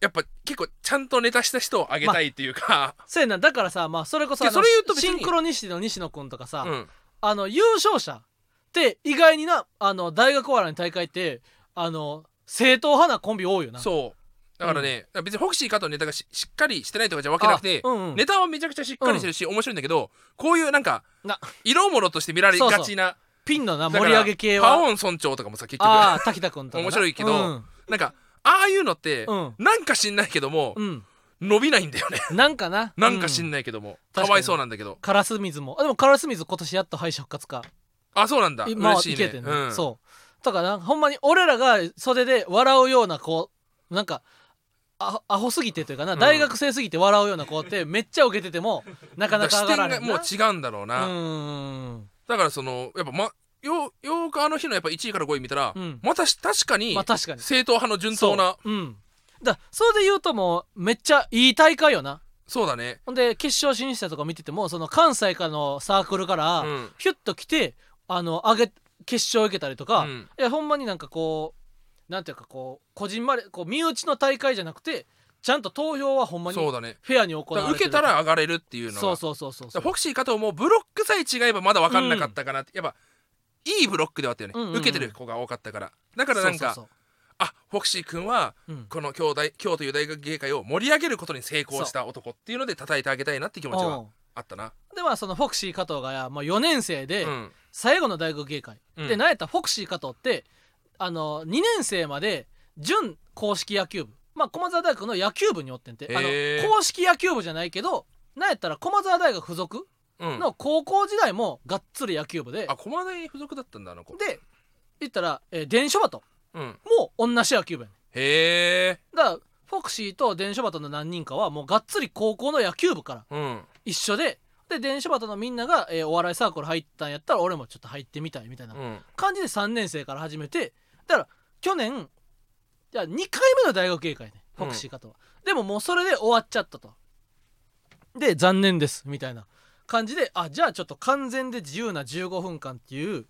S2: やっぱ結構ちゃんとネタした人をあげたいっていうか、
S1: そうやなだからさまあそれこそ
S2: い
S1: あ
S2: や
S1: の
S2: それ言うと別に
S1: シンクロニシティの西野君とかさ、
S2: うん、
S1: あの優勝者って意外になあの大学お笑いの大会ってあの正統派なコンビ多いよな
S2: そうだからね、別にホクシーかとネタがししっかりしてないとかじゃわけなくて、
S1: あうんうん
S2: ネタはめちゃくちゃしっかりしてるし、面白いんだけどこういうなんか
S1: な
S2: 色物として見られがちな
S1: ピンのな
S2: だ
S1: 盛
S2: から
S1: り上げ系
S2: パ
S1: は
S2: オン村長とかもさ結局
S1: ああ滝田君とかな
S2: 面白いけど、
S1: うん
S2: なんかああいうのって、
S1: うん
S2: なんか知んないけども、
S1: うん、
S2: 伸びないんだよね
S1: なんかな
S2: なんか知ん
S1: う
S2: ないけども、
S1: 確か
S2: か
S1: に
S2: わいそうなんだけど
S1: カラス水もあでもカラス水今年やっと敗者復活か
S2: あそうなんだ
S1: 今
S2: 嬉
S1: は
S2: し
S1: い
S2: い
S1: け
S2: ね
S1: てんね、
S2: うん、
S1: そうだからなほんまに俺らが袖で笑うような子なんかアアホすぎてというかな、
S2: ん
S1: 大学生すぎて笑うような子ってめっちゃ受けててもなかなか
S2: 視
S1: 上が
S2: 点
S1: らな
S2: が
S1: い
S2: もう違うんだろうな、
S1: うん
S2: だからそのやっぱまよよーくあの日のやっぱ1位から5位見たら、
S1: うん
S2: またし確かに
S1: まあ確かに
S2: 正統派の順当な
S1: そううんだそれで言うともうめっちゃいい大会よな
S2: そうだね
S1: ほんで決勝進出者とか見ててもその関西からのサークルから
S2: うん
S1: ヒュッと来て、あの上げ決勝受けたりとか、
S2: うん
S1: いやほんまになんかこうなんていうかこうこじんまりこう身内の大会じゃなくてちゃんと投票はほんまに
S2: そう
S1: フ
S2: だね
S1: ェアに行
S2: だ
S1: われて
S2: から
S1: る
S2: 受けたら上がれるっていうのが
S1: そうそうそうそう
S2: だからフォクシー加藤もブロックさえ違えばまだ分かんなかったかなって、やっぱいいブロックではあったよね、
S1: うんうんうん
S2: 受けてる子が多かったからだからなんか
S1: そうそう
S2: あフォクシー君は
S1: そううん
S2: この今日大今日という大学芸会を盛り上げることに成功した男っていうので叩いてあげたいなって気持ち
S1: う
S2: は
S1: ん
S2: あったな
S1: でまあそのフォクシー加藤が、まあ、4年生で
S2: うん
S1: 最後の大学芸会、
S2: うん
S1: でなんやったらフォクシー加藤ってあの2年生まで準公式野球部まあ駒澤大学の野球部におってんてあ
S2: へー
S1: の公式野球部じゃないけどなんやったら駒澤大学附属
S2: うん
S1: の高校時代もがっつり野球部で、
S2: あ駒大附属だったんだあの子
S1: で言ったら、えー、電書バト
S2: うん
S1: も同じ野球部やね
S2: へえ
S1: んだからフォクシーと電書バトの何人かはもうがっつり高校の野球部から
S2: うん
S1: 一緒でで電書バトのみんなが、えーお笑いサークル入ったんやったら俺もちょっと入ってみたいみたいな
S2: うん
S1: 感じで3年生から始めてだから去年じゃあ2回目の大学芸会ねフォクシーかとは、でももうそれで終わっちゃったとで残念ですみたいな感じであじゃあちょっと完全で自由な15分間っていう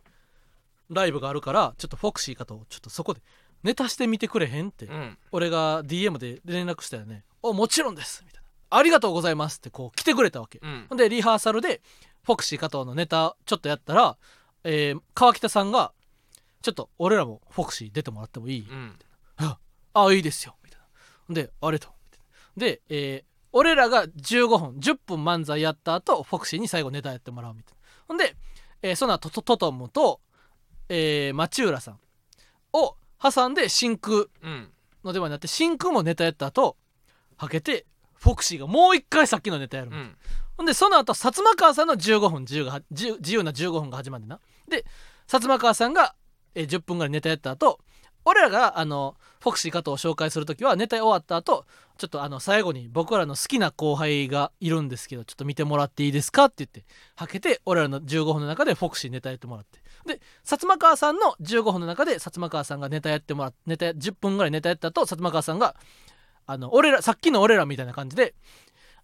S1: ライブがあるからちょっとフォクシーかとちょっとそこでネタしてみてくれへんって、
S2: うん
S1: 俺が DM で連絡したよね「おもちろんです」みたいな「ありがとうございます」ってこう来てくれたわけ、
S2: うん
S1: ほんでリハーサルでフォクシー加藤のネタちょっとやったら、えー川北さんが「ちょっと俺らもフォクシー出てもらってもいい?
S2: うん
S1: あ」あいいですよ」みたいなほんで「ありがとう」みたいなで、えー俺らが15分10分漫才やった後フォクシーに最後ネタやってもらうみたいなほんで、えーその後トトトムと、えー、町浦さんを挟んで真空
S2: うん
S1: の出番になって真空もネタやった後はけてフォクシーがもう一回さっきのネタやる、
S2: うん
S1: ほんでその後薩摩川さんの15分自由が自由自由な15分が始まってなで薩摩川さんが、えー10分ぐらいネタやった後俺らがあのフォクシー加藤を紹介する時はネタ終わった後ちょっとあの最後に僕らの好きな後輩がいるんですけどちょっと見てもらっていいですかって言ってはけて俺らの15分の中でフォクシーネタやってもらってで薩摩川さんの15分の中で薩摩川さんがネタやってもらってネタ10分ぐらいネタやった後薩摩川さんがあの俺らさっきの俺らみたいな感じで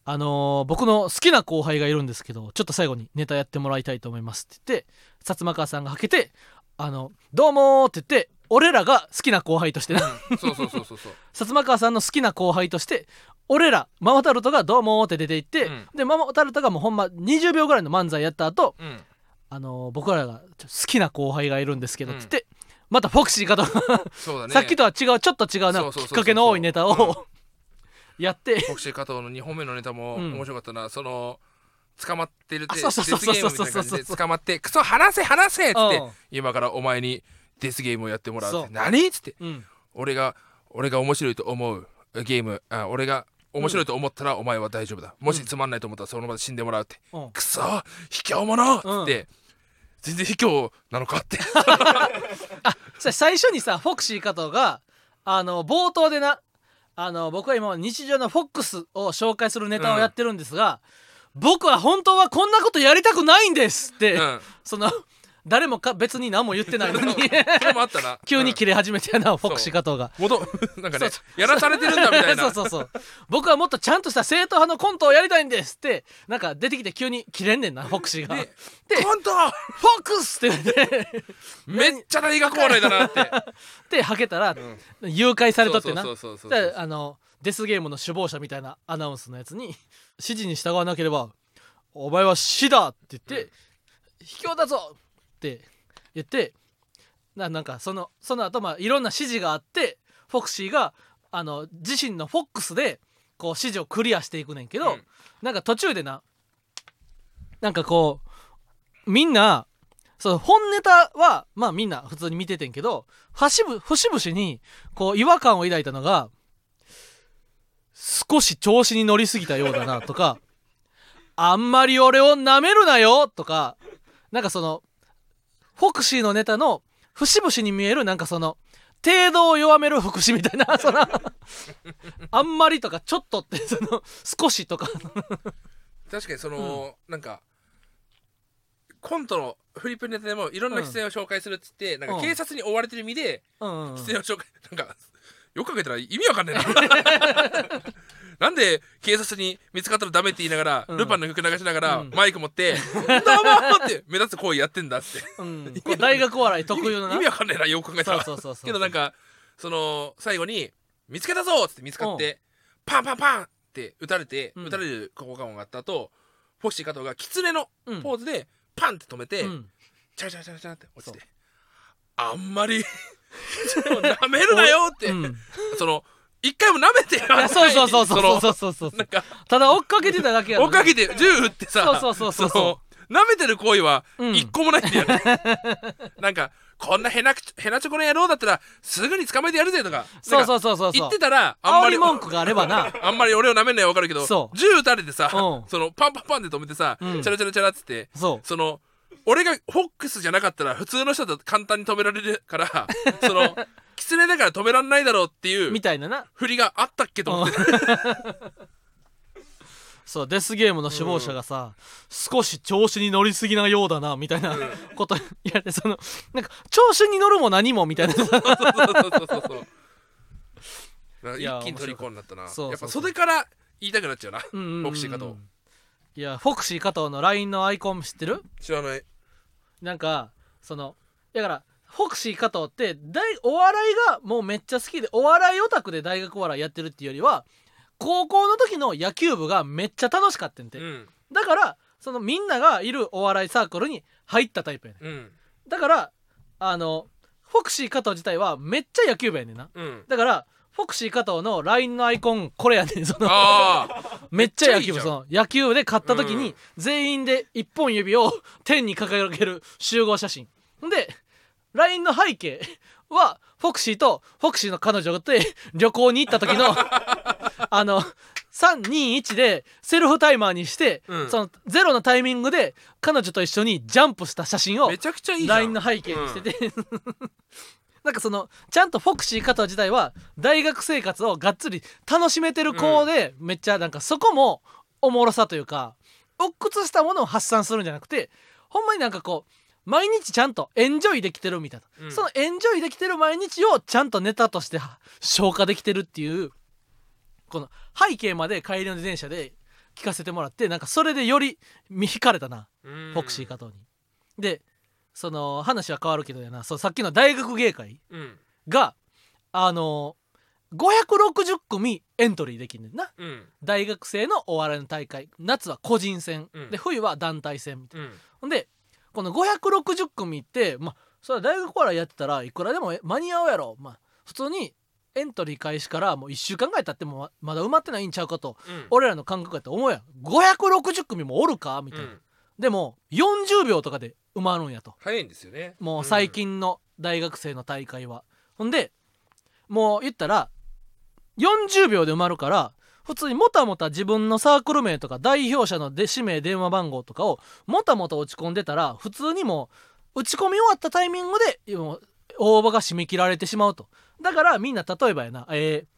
S1: あのー僕の好きな後輩がいるんですけどちょっと最後にネタやってもらいたいと思いますって言って薩摩川さんがはけて「あのどうも」って言って俺らが好きな後輩としてな
S2: そうそうそうそ うそう
S1: 薩摩川さんの好きな後輩として俺らママタルトが「どうも」って出て行って、
S2: うん
S1: でママタルトがもうほんま20秒ぐらいの漫才やった後
S2: うん
S1: あの僕らがちょ好きな後輩がいるんですけどっつって、またフォクシーかと、
S2: そうだね
S1: さっきとは違うちょっと違う
S2: そ
S1: な
S2: うそうそうそう
S1: きっかけの多いネタを やって
S2: 国士加藤の2本目のネタも
S1: うん
S2: 面白かったな、その捕まってるっ
S1: あ
S2: て
S1: そうそうそうそう
S2: デスゲームみたいな感じ
S1: そうそうそうそ
S2: で
S1: う
S2: 捕まって「クソ話せ話せ!」っつって、
S1: うん
S2: 今からお前にデスゲームをやってもらうっ
S1: そ
S2: て
S1: う
S2: 何っつって
S1: うん
S2: 俺が俺が面白いと思うゲームあ俺が面白いと思ったらお前は大丈夫だ、もしつまんないと思ったらその場で死んでもらうって、
S1: うん
S2: くそ卑怯者っつって、全然卑怯なのか って
S1: さ最初にさフォクシー加藤があの冒頭でなあの僕は今日常のフォックスを紹介するネタをやってるんですが、僕は本当はこんなことやりたくないんですって、
S2: うん
S1: その誰もか別に何も言ってないの に
S2: それもあったな
S1: 急に切れ始めたよな、フォクシー加藤が。
S2: うん戻 なんかね
S1: そ
S2: やらされてるんだみたいな
S1: そうそうそう僕はもっとちゃんとした正統派のコントをやりたいんですってなんか出てきて急に切れんねんなフォクシーが「フ
S2: コント
S1: ォクス!」って言って
S2: めっちゃ大学お笑いだなって
S1: ではけたら、誘拐されとってな
S2: そうそうそうそうそう
S1: だからあのデスゲームの首謀者みたいなアナウンスのやつに「指示に従わなければお前は死だ!」って言って「卑怯だぞ!」って言ってななんかそのその後まあいろんな指示があってフォクシーがあの自身のフォックスでこう指示をクリアしていくねんけど、
S2: うん
S1: なんか途中でななんかこうみんなその本ネタはまあみんな普通に見ててんけど節々節々にこう違和感を抱いたのが少し調子に乗りすぎたようだなとか あんまり俺を舐めるなよとかなんかそのフォクシーのネタの節々に見えるなんかその程度を弱める福祉みたいな そのあんまりとかちょっとってその少しとか
S2: 確かにその、なんかコントのフリップネタでもいろんな出演を紹介するっつって、なん
S1: うん
S2: か警察に追われてる身で
S1: うんうん
S2: 出演を紹介、 なんかよくかけたら意味わかんねえ ななんで警察に見つかったらダメって言いながら、
S1: うん
S2: ルパンの曲流しながら、
S1: うん
S2: マイク持って「どうも!」って目立つ行為やってんだって
S1: うんこう大学お笑い特有のな
S2: 意味わかんねえなよく考えたら
S1: そうそうそうそう
S2: けどなんかその最後に「見つけたぞ!」っつって見つかってパンパンパンって打たれて、
S1: うん
S2: 打たれる効果音があった後フォッシー加藤が狐のポーズでパンって止めて、
S1: うん
S2: チャチャチャチャって落ちて
S1: そ
S2: あんまり 舐めるなよって、
S1: うん
S2: その一回も舐めてよ
S1: いやそうそうそうそうそうそうそう
S2: なんか
S1: ただ追っかけてただけやろ
S2: 追っかけて銃撃ってさ
S1: そうそうそうそう
S2: の舐めてる行為は
S1: うん
S2: 一個もないんだよね、 なんかこんなへなくへなちょこの野郎だったらすぐに捕まえてやるぜとか
S1: そうそう
S2: う
S1: そうそうそう
S2: 言ってたらあんま
S1: 煽
S2: り
S1: り文句があればな
S2: あんまり俺を舐めんのは分かるけど
S1: そう
S2: 銃撃たれて
S1: う
S2: さ、
S1: ん
S2: そのパンパンパンで止めてさ、
S1: うん
S2: チャラチャラチャラっつって
S1: そう
S2: その俺がフォックスじゃなかったら普通の人だと簡単に止められるからそ の狐だから止められないだろうっていう
S1: みたいなな
S2: 振りがあったっけと思って
S1: そうデスゲームの首謀者がさ、少し調子に乗りすぎなようだなみたいなことやってそのなんか調子に乗るも何もみたいな
S2: そうそうそうそうなんか
S1: いや
S2: 一気に虜になったな
S1: そう
S2: やっ
S1: そ
S2: ぱ
S1: うそう
S2: 袖から言いたくなっちゃうな
S1: うんうんうん
S2: ボクシー加藤
S1: いやフォクシー加藤の LINE のアイコン知ってる
S2: 知らない
S1: なんかそのだからフォクシー加藤って大お笑いがもうめっちゃ好きでお笑いオタクで大学お笑いやってるっていうよりは高校の時の野球部がめっちゃ楽しかったんて、
S2: うん
S1: だからそのみんながいるお笑いサークルに入ったタイプやね
S2: うん
S1: んだからあのフォクシー加藤自体はめっちゃ野球部やねんな
S2: うん
S1: だからフォクシー加藤の LINE のアイコンこれやねんその
S2: ああ
S1: めっちゃ野球
S2: め
S1: 部
S2: っちゃいい
S1: そ
S2: じゃ
S1: の野球部で勝った時
S2: う
S1: に
S2: ん
S1: 全員で一本指を天に掲げる集合写真で LINE の背景はフォクシーとフォクシーの彼女がって旅行に行った時 のあの321でセルフタイマーにして、
S2: うん
S1: そのゼロのタイミングで彼女と一緒にジャンプした写真を
S2: めちゃくちゃいいじゃん
S1: LINE の背景にしてて、 なんかそのちゃんとフォクシー加藤自体は大学生活をがっつり楽しめてる子で、めっちゃなんかそこもおもろさというか鬱屈したものを発散するんじゃなくてほんまになんかこう毎日ちゃんとエンジョイできてるみたいな、
S2: うん
S1: そのエンジョイできてる毎日をちゃんとネタとしては消化できてるっていうこの背景まで帰りの自転車で聞かせてもらってなんかそれでより見引かれたな。
S2: うん
S1: フォクシー加藤に。でその話は変わるけどやなそうさっきの大学芸会
S2: うん
S1: があの560組エントリーできんねんな
S2: うん
S1: 大学生のお笑いの大会夏は個人戦、
S2: うん
S1: で冬は団体戦みたいな
S2: うん
S1: ほんでこの560組ってまあそれは大学お笑いやってたらいくらでも間に合うやろまあ普通にエントリー開始からもう1週間ぐらい経ってもままだ埋まってないんちゃうかと
S2: うん
S1: 俺らの感覚やと思うやん560組もおるかみたいな、
S2: うん
S1: でも40秒とかで埋まるんやと
S2: 早いんですよね
S1: もう最近の大学生の大会は、ほんでもう言ったら40秒で埋まるから普通にもたもた自分のサークル名とか代表者ので氏名電話番号とかをもたもた落ち込んでたら普通にもう打ち込み終わったタイミングでもう応募が締め切られてしまうとだからみんな例えばやな、えー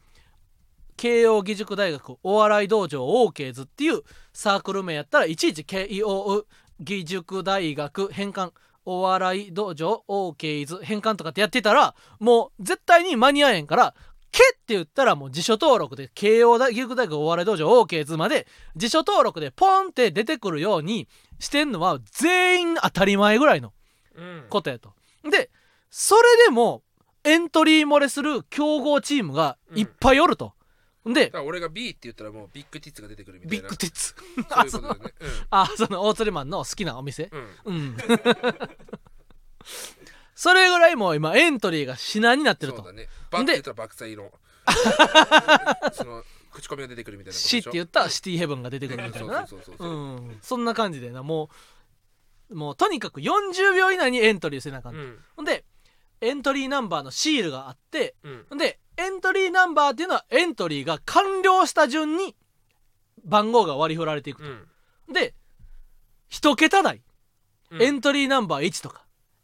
S1: 慶応義塾大学お笑い道場 OK ズっていうサークル名やったらいちいち慶応義塾大学返還お笑い道場 OK ズ返還とかってやってたらもう絶対に間に合えへんから「け」って言ったらもう辞書登録で慶応義塾大学お笑い道場 OK ズまで辞書登録でポンって出てくるようにしてんのは全員当たり前ぐらいの
S2: うん
S1: ことやと。でそれでもエントリー漏れする強豪チームがいっぱいおると。で
S2: だから俺が B って言ったらもうビッグティッツが出てくるみた
S1: ビ
S2: い
S1: ッ
S2: な
S1: グティッツ。
S2: そういうことだよね
S1: あそのオーツレマンの好きなお店
S2: うんうん
S1: うん。 それぐらいもう今エントリーが至難になってる
S2: そう
S1: と。
S2: だねバッって言ったら爆 砕色その口コミが出てくるみたいなことで
S1: 死
S2: しょ
S1: って言ったらシティヘブンが出てくるみたいな。
S2: そうそうそう
S1: う
S2: そう、
S1: ん。そんな感じでな、もう、もうとにかく40秒以内にエントリーせなあかん。
S2: うん
S1: ほんで、エントリーナンバーのシールがあって、
S2: うん
S1: ほんで、エントリーナンバーっていうのはエントリーが完了した順に番号が割り振られていく
S2: う。ん
S1: で、一桁台。
S2: うん
S1: エントリーナンバー1とか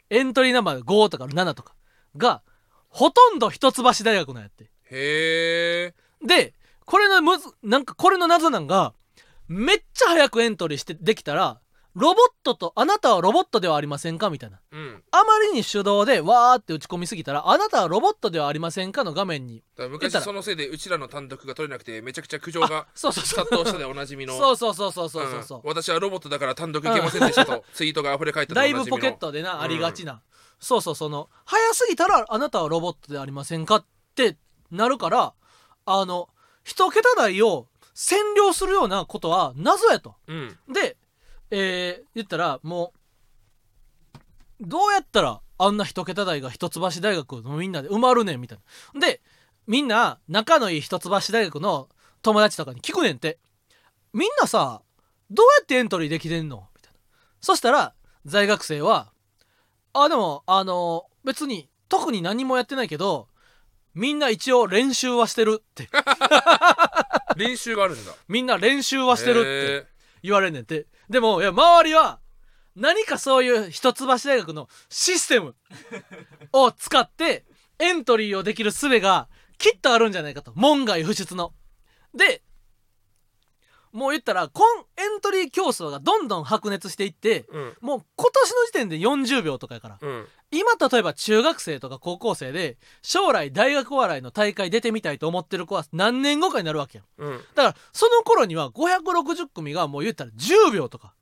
S1: エントリーナンバー5とか7とかがほとんど一橋大学なんやって
S2: へえ
S1: でこれのむずなんかこれの謎なんがめっちゃ早くエントリーしてできたらロボットとあなたはロボットではありませんかみたいな
S2: うんだか
S1: あまりに手動でわーって打ち込みすぎたらあなたはロボットではありませんかの画面に
S2: ら
S1: 言った
S2: 昔
S1: ら
S2: そのせいでうちらの単独が取れなくてめちゃくちゃ苦情が
S1: そうそうそう
S2: 殺到したでおなじみの
S1: そうそうそうそうそうそうそう、
S2: ん私はロボットだから単独いけませんでしたとツイートが溢れ返ったで
S1: だ
S2: お
S1: いぶ
S2: なじみ
S1: ポ
S2: の
S1: ケットでなありがちな、そうそうその早すぎたらあなたはロボットでありませんかってなるからあの一桁台を占領するようなことは謎やと
S2: うん
S1: で、えー言ったらもうどうやったらあんな一桁台が一橋大学のみんなで埋まるねんみたいなでみんな仲のいい一橋大学の友達とかに聞くねんってみんなさどうやってエントリーできてんのみたいなそしたら在学生はあでもあの別に特に何もやってないけどみんな一応練習はしてるって
S2: 練習があるんだ
S1: みんな練習はしてるって
S2: へ
S1: 言われんねんてでもいや周りは何かそういう一橋大学のシステ ムを使ってエントリーをできる術がきっとあるんじゃないかと門外不出のでもう言ったら今エントリー競争がどんどん白熱していって
S2: えうん
S1: もう今年の時点で40秒とかやから
S2: うん
S1: 今例えば中学生とか高校生で将来大学お笑いの大会出てみたいと思ってる子は何年後かになるわけやん
S2: うん
S1: だからその頃には560組がもう言ったら10秒とか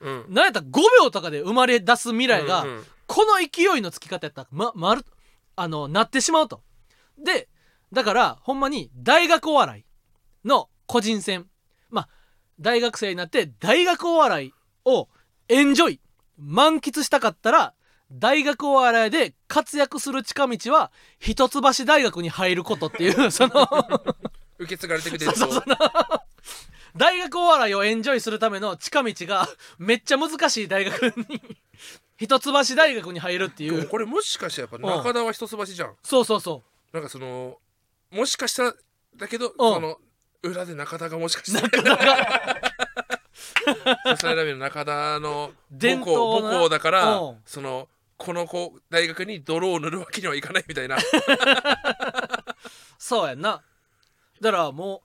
S2: うん
S1: なんやったら5秒とかで生まれ出す未来が
S2: うんうん
S1: この勢いのつき方やったらままるあのなってしまうと。でだからほんまに大学お笑いの個人戦まあ大学生になって大学お笑いをエンジョイ満喫したかったら大学お笑いで活躍する近道は一橋大学に入ることっていう その。
S2: 受け継がれていく伝統
S1: 大学お笑いをエンジョイするための近道が めっちゃ難しい大学に 一橋大学に入るってい
S2: でも
S1: う
S2: これもしかしてやっぱ中田は一橋じゃん
S1: そうそうそ
S2: なんかそのもしかしたらだけど
S1: うん
S2: その裏で中田がもしかして中田選びの中田の
S1: 伝
S2: 母
S1: 統
S2: 校
S1: な
S2: 母校だから
S1: うん
S2: そのこの子大学に泥を塗るわけにはいかない みたいな
S1: うそうやんなだからも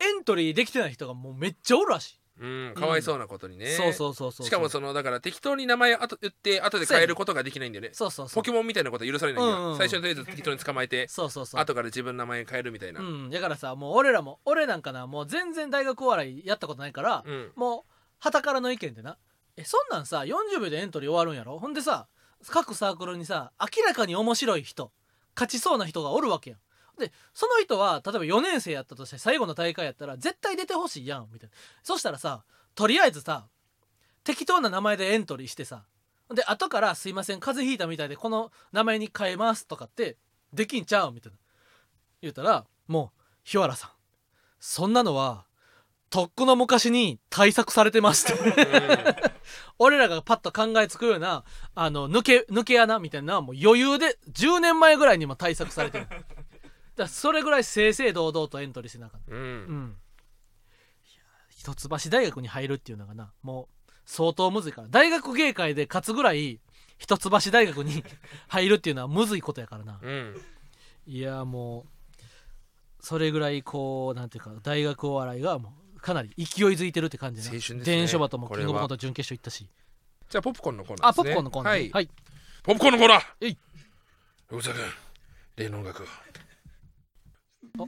S1: うエントリーできてない人がもうめっちゃおるらし
S2: うんかわいそうなことに
S1: い、
S2: ね
S1: そうそうそうそう
S2: しかもそのだから適当に名前あと言って後で変えることができないんだよね
S1: そうそうそ
S2: ポ
S1: う
S2: ケモンみたいなことは許されないんだ
S1: うんうん
S2: よ最初にとりあえず適当に捕まえて
S1: そうそうそう
S2: 後から自分の名前変えるみたいな
S1: う
S2: うん
S1: だからさもう俺らも俺なんかなもう全然大学お笑いやったことないから、
S2: ん
S1: もうはたからの意見でなえそんなんさ40秒でエントリー終わるんやろほんでさ各サークルにさ明らかに面白い人勝ちそうな人がおるわけやん。でその人は例えば4年生やったとして最後の大会やったら絶対出てほしいやんみたいなそしたらさとりあえずさ適当な名前でエントリーしてさで後から「すいません風邪ひいたみたいでこの名前に変えます」とかってできんちゃうみたいな言うたらもう日原さんそんなのはとっくの昔に対策されてまして俺らがパッと考えつくようなあの抜け抜け穴みたいなのはもう余裕で10年前ぐらいにも対策されてるだからそれぐらい正々堂々とエントリーしてなかった、
S2: う
S1: うんん、いや一橋大学に入るっていうのがなもう相当むずいから大学芸会で勝つぐらい一橋大学に入るっていうのはむずいことやからな
S2: うん
S1: いやもうそれぐらいこうなんていうか大学お笑いがもうかなり勢いづいてるって感じな
S2: 青春ですね
S1: 伝書バトもキングオブコン
S2: こ
S1: ト準決勝行ったし
S2: じゃあポップコーンのコーナー
S1: あ
S2: です
S1: ポッ
S2: ね
S1: プコーンのコーナーね
S2: はい
S1: はい
S2: ポップコーンのコーナー
S1: えい
S2: 横澤君例の音楽を
S1: お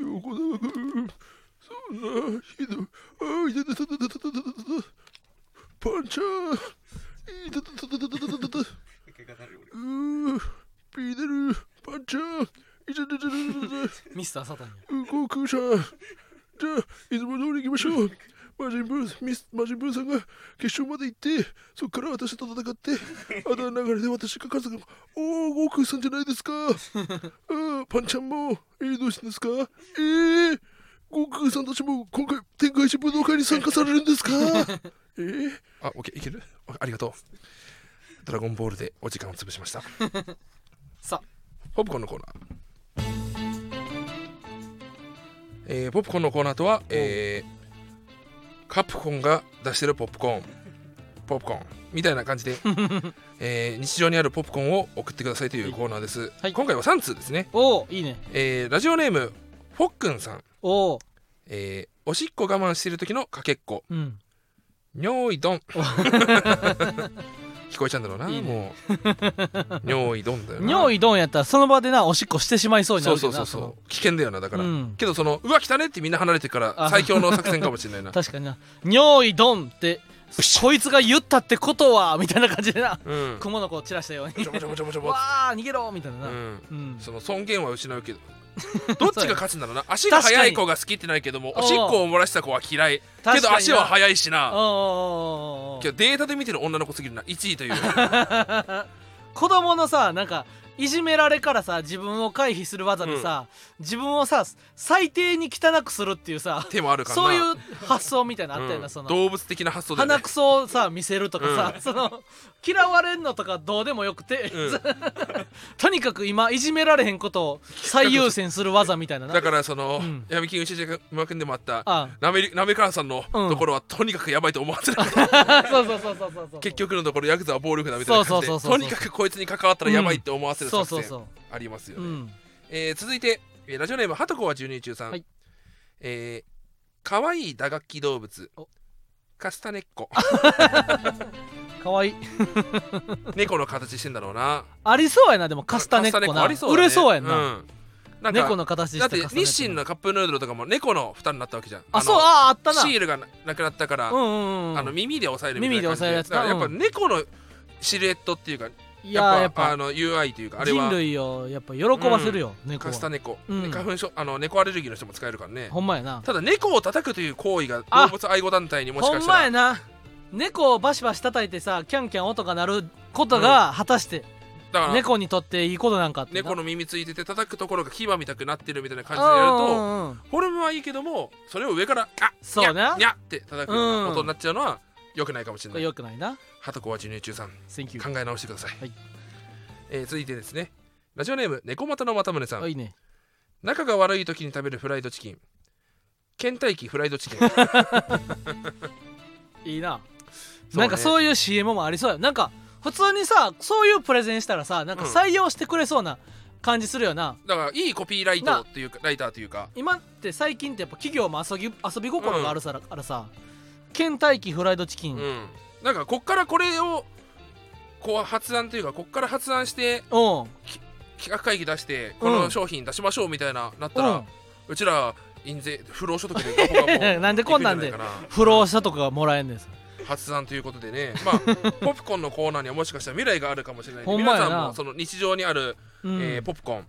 S2: 横澤君そんなひどいあいたたたたたたたたたたパンチャーいたたたたたたたたたたうーピーデルパンチャーいたたたたたたた
S1: ミスターサタンや
S2: 航空車じゃあいつも通り行きましょうマジンブースミスマジンブーさんが決勝まで行ってそっから私と戦ってあとは流れで私が勝つのおお航空さんじゃないですかああパンちゃんもえー、どうしてですかえー、航空さんたちも今回天下一武道会に参加されるんですかえー、あオッケーいけるあありがとうドラゴンボールでお時間を潰しました
S1: さ
S2: ポップコーンのコーナー。えーポップコーンのコーナーとは、えーカプコンが出してるポップコーン、ポップコーンみたいな 感じで、えー日常にあるポップコーンを送ってくださいというコーナーです。
S1: はい
S2: 今回は3通ですね、
S1: おおいいね
S2: えーラジオネーム、フォックンさん、
S1: おお
S2: えーおしっこ我慢してる時のかけっこ、
S1: うん
S2: 尿 意どん。聞こえちゃうんだろうな、
S1: いいね
S2: もう。尿意どんだよ な。
S1: 尿意どんやったらその場でなおしっこしてしまいそうにな
S2: そ
S1: るけ
S2: うそ
S1: ど
S2: う
S1: な
S2: そうそう危険だよなだから、
S1: うん
S2: けどそのうわ汚ねってみんな離れてから
S1: あ
S2: 最強の作戦かもしれないな
S1: の確かにな尿意どんってこいつが言ったってことはみたいな感じでな
S2: うん
S1: 雲の子を散らしたように
S2: ちょぼちょぼちょぼちょぼ
S1: わあ逃げろみたいなな
S2: うん
S1: うん
S2: その尊厳は失 うけどどっちが勝つんだろうな足が
S1: 確
S2: 速
S1: か
S2: い
S1: に
S2: 子が好きってないけどもおしっこを漏らした子は嫌い
S1: 確かに
S2: けど足は速いし
S1: お
S2: な
S1: おおーおーおーおー
S2: けどデータで見てる女の子すぎるな1位という
S1: 子供のさなんかいじめられからさ自分を回避する技でさ、自分をさ最低に汚くするっていうさ
S2: 手もあるからな
S1: そういう発想みたいなのあったよな、
S2: うん
S1: その
S2: 動物的な発想だよ
S1: 鼻
S2: ね
S1: くそをさ見せるとかさ、
S2: うん
S1: その嫌われんのとかどうでもよくて、
S2: うん
S1: とにかく今いじめられへんことを最優先する技みたいなな
S2: だからその、
S1: うん
S2: 闇金牛島君でもあった
S1: あ
S2: なめりなめかわさんの
S1: うん
S2: ところはとにかくやばいと思わせな い
S1: そうそうそうそうそうそう
S2: 結局のところヤクザは暴力だみたいな感じ
S1: そう
S2: で
S1: そうそうそ
S2: と
S1: う
S2: にかくこいつに関わったらやばいって思わせる
S1: そう
S2: 作
S1: そう
S2: 戦
S1: そ
S2: ありますよ
S1: うう
S2: ね、
S1: ん
S2: えー続いてえーラジオネームはとこは12中さん、
S1: はい
S2: えーかわいい打楽器動物
S1: お
S2: カスタネッ コ
S1: かわいい
S2: 猫の形してんだろうな
S1: ありそうやなでもカスタネッコ
S2: カ
S1: な
S2: ありそうだ
S1: 売
S2: ね
S1: れそうやんな、
S2: うんなんか
S1: 猫の形して
S2: だって日清
S1: の
S2: のカップヌードルとかも猫の蓋になったわけじゃん
S1: あ
S2: の
S1: そうああったな
S2: シールがななくなったから、
S1: うんうんうん
S2: あの耳で押さえるみたいな感じ
S1: 耳で押さえるやつな
S2: だからやっぱ
S1: うん
S2: 猫のシルエットっていうか
S1: いや
S2: や
S1: ー
S2: っ
S1: やっ
S2: ぱあ
S1: ぱ
S2: の UI というかあれは
S1: 人類をやっぱ喜ばせるよ、猫
S2: カスタ
S1: は
S2: ネコ、
S1: うん
S2: 花粉症あの猫アレルギーの人も使えるからね
S1: ほんまやな
S2: ただ猫を叩くという行為が
S1: あ
S2: 動物愛護団体にもし
S1: ほ
S2: か
S1: ん
S2: し
S1: ま
S2: た
S1: や
S2: ら
S1: な猫をバシバシ叩いてさキャンキャン音が鳴ることが果たして
S2: だから
S1: 猫にとっていいことなんかってな
S2: 猫の耳ついてて叩くところが牙みたくなってるみたいな感じでやる
S1: うん
S2: と
S1: うんうん
S2: フォルムはいいけどもそれを上からあ
S1: そう
S2: にゃ
S1: な
S2: にゃって叩くよう
S1: うん
S2: な音になっちゃうのは良くないかもしれ
S1: こ
S2: な
S1: れ
S2: い
S1: よくないな
S2: はとこは授乳中さん
S1: Thank you
S2: 考え直してください、
S1: はい
S2: えー続いてですねラジオネーム猫股の又宗さ
S1: あ
S2: ん
S1: いいね
S2: 仲が悪い時に食べるフライドチキン倦怠期フライ ドチキン
S1: いいななんかそういう CM もありそうやなんか普通にさそういうプレゼンしたらさなんか
S2: うん
S1: 採用してくれそうな感じするよな、
S2: だからいいコピーライトっていうかライターというか
S1: 今って最近ってやっぱ企業も遊び遊び心があるさら、からさ倦怠期フライドチキン、うん、
S2: うん、なんかこっからこれをこう発案というかこっから発案して企画会議出してこ
S1: う
S2: の
S1: ん
S2: 商品出しましょうみたいななったら、う
S1: う
S2: ちら印税不労所得でガボガボ
S1: ん、なんでこんなん
S2: い
S1: で
S2: くじゃいか
S1: 不労所得がもらえんねんさ
S2: 発案ということでね、 まあ、ポップコーンのコーナーにはもしかしたら未来があるかもしれないんで
S1: ほんま
S2: 皆
S1: やな
S2: さんもその日常にある、
S1: うん
S2: えーポップコーン、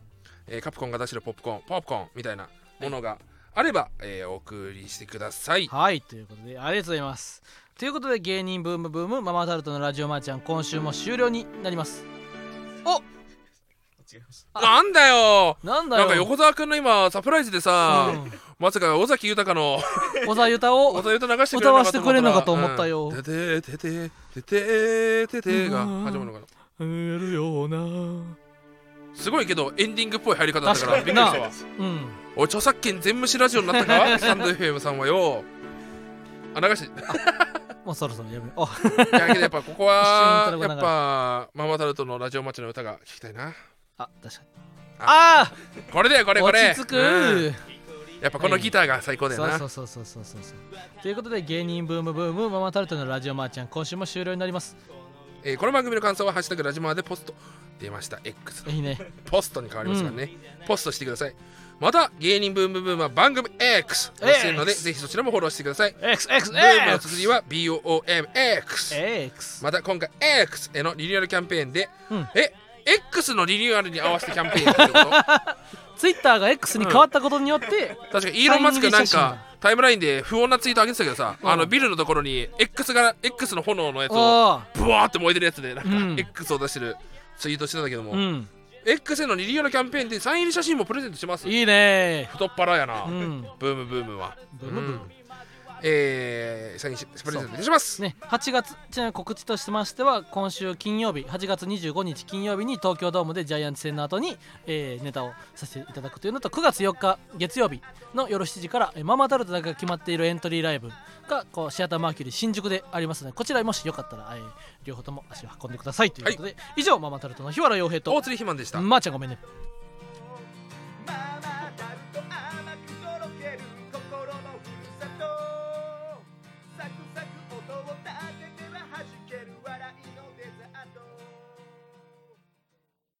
S2: えーカプコンが出してるポップコーンポップコーンみたいなものがあれば、えーお送りしてください
S1: はいということでありがとうございますということで芸人ブームブームママタルトのラジオマーちゃん今週も終了になります
S2: なんだよ
S1: なんだよ
S2: なんか横澤君の今サプライズでさ、まさか尾崎豊 の
S1: うん小沢ゆた を
S2: 歌歌流してくれるのかと思ったら
S1: 歌わせてくれるのかと思ったよ
S2: うんててててててててが始まるのかな
S1: えるような
S2: すごいけどエンディングっぽい入り方だったからびっく
S1: 確か
S2: り
S1: に
S2: し
S1: な
S2: たわ
S1: うん
S2: おい著作権全無視ラジオになった かスタンド FM さんはよあ流して
S1: もうそろそろやめようあ
S2: いやけどやっぱここは
S1: 一瞬疑いながら
S2: やっぱママタルトのラジオマッチの歌が聞きたいな
S1: あ確かにあ
S2: あこれだよこれこれ
S1: 落ち着く、
S2: うんやっぱこのギターが最高だよな、
S1: そうそうそうそうそうそうそうということで芸人ブームブームママタルトのラジオマーちゃん今週も終了になります
S2: えーこの番組の感想は「ハッシュタグラジマー」でポスト出ました X の
S1: いいね
S2: ポストに変わりますからね、ポストしてくださいまた芸人ブームブームは番組 X をしているので
S1: X
S2: ぜひそちらもフォローしてください
S1: XX
S2: ブームの綴りは BOOMX
S1: X
S2: また今回 X へのリニューアルキャンペーンで、
S1: うん
S2: え X のリニューアルに合わせてキャンペーンやってること
S1: ツイッターが X に変わったことによって、
S2: 確かイーロン・マスクなん
S1: サイン入り
S2: か
S1: 写
S2: タイムラインで不穏なツイート上げてたけどさ、
S1: うん
S2: あのビルのところに X が X の炎のやつ
S1: 真
S2: を
S1: あ
S2: ブワーって燃えてるやつでな
S1: うんん
S2: か X を出してるツイートしてたけども、
S1: あうん、
S2: X へのリニューアルキャンペーンでサイン入り写真もプレゼントします
S1: いいね
S2: 太っ腹やな、
S1: うん
S2: ブームブームは
S1: ブームブーム
S2: うんえー、サインしプレゼントいたします、
S1: ね、8月ちなみに告知としましては今週金曜日8月25日金曜日に東京ドームでジャイアンツ戦の後に、えーネタをさせていただくというのと9月4日月曜日の夜7時から、えーママタルトだけが決まっているエントリーライブがこうシアターマーキュリー新宿でありますのでこちらもしよかったら、えー両方とも足を運んでくださいということで、以上ママタルトの日原洋平と
S2: 大鶴ひまんでした
S1: まーちゃんごめんね
S2: バイバイ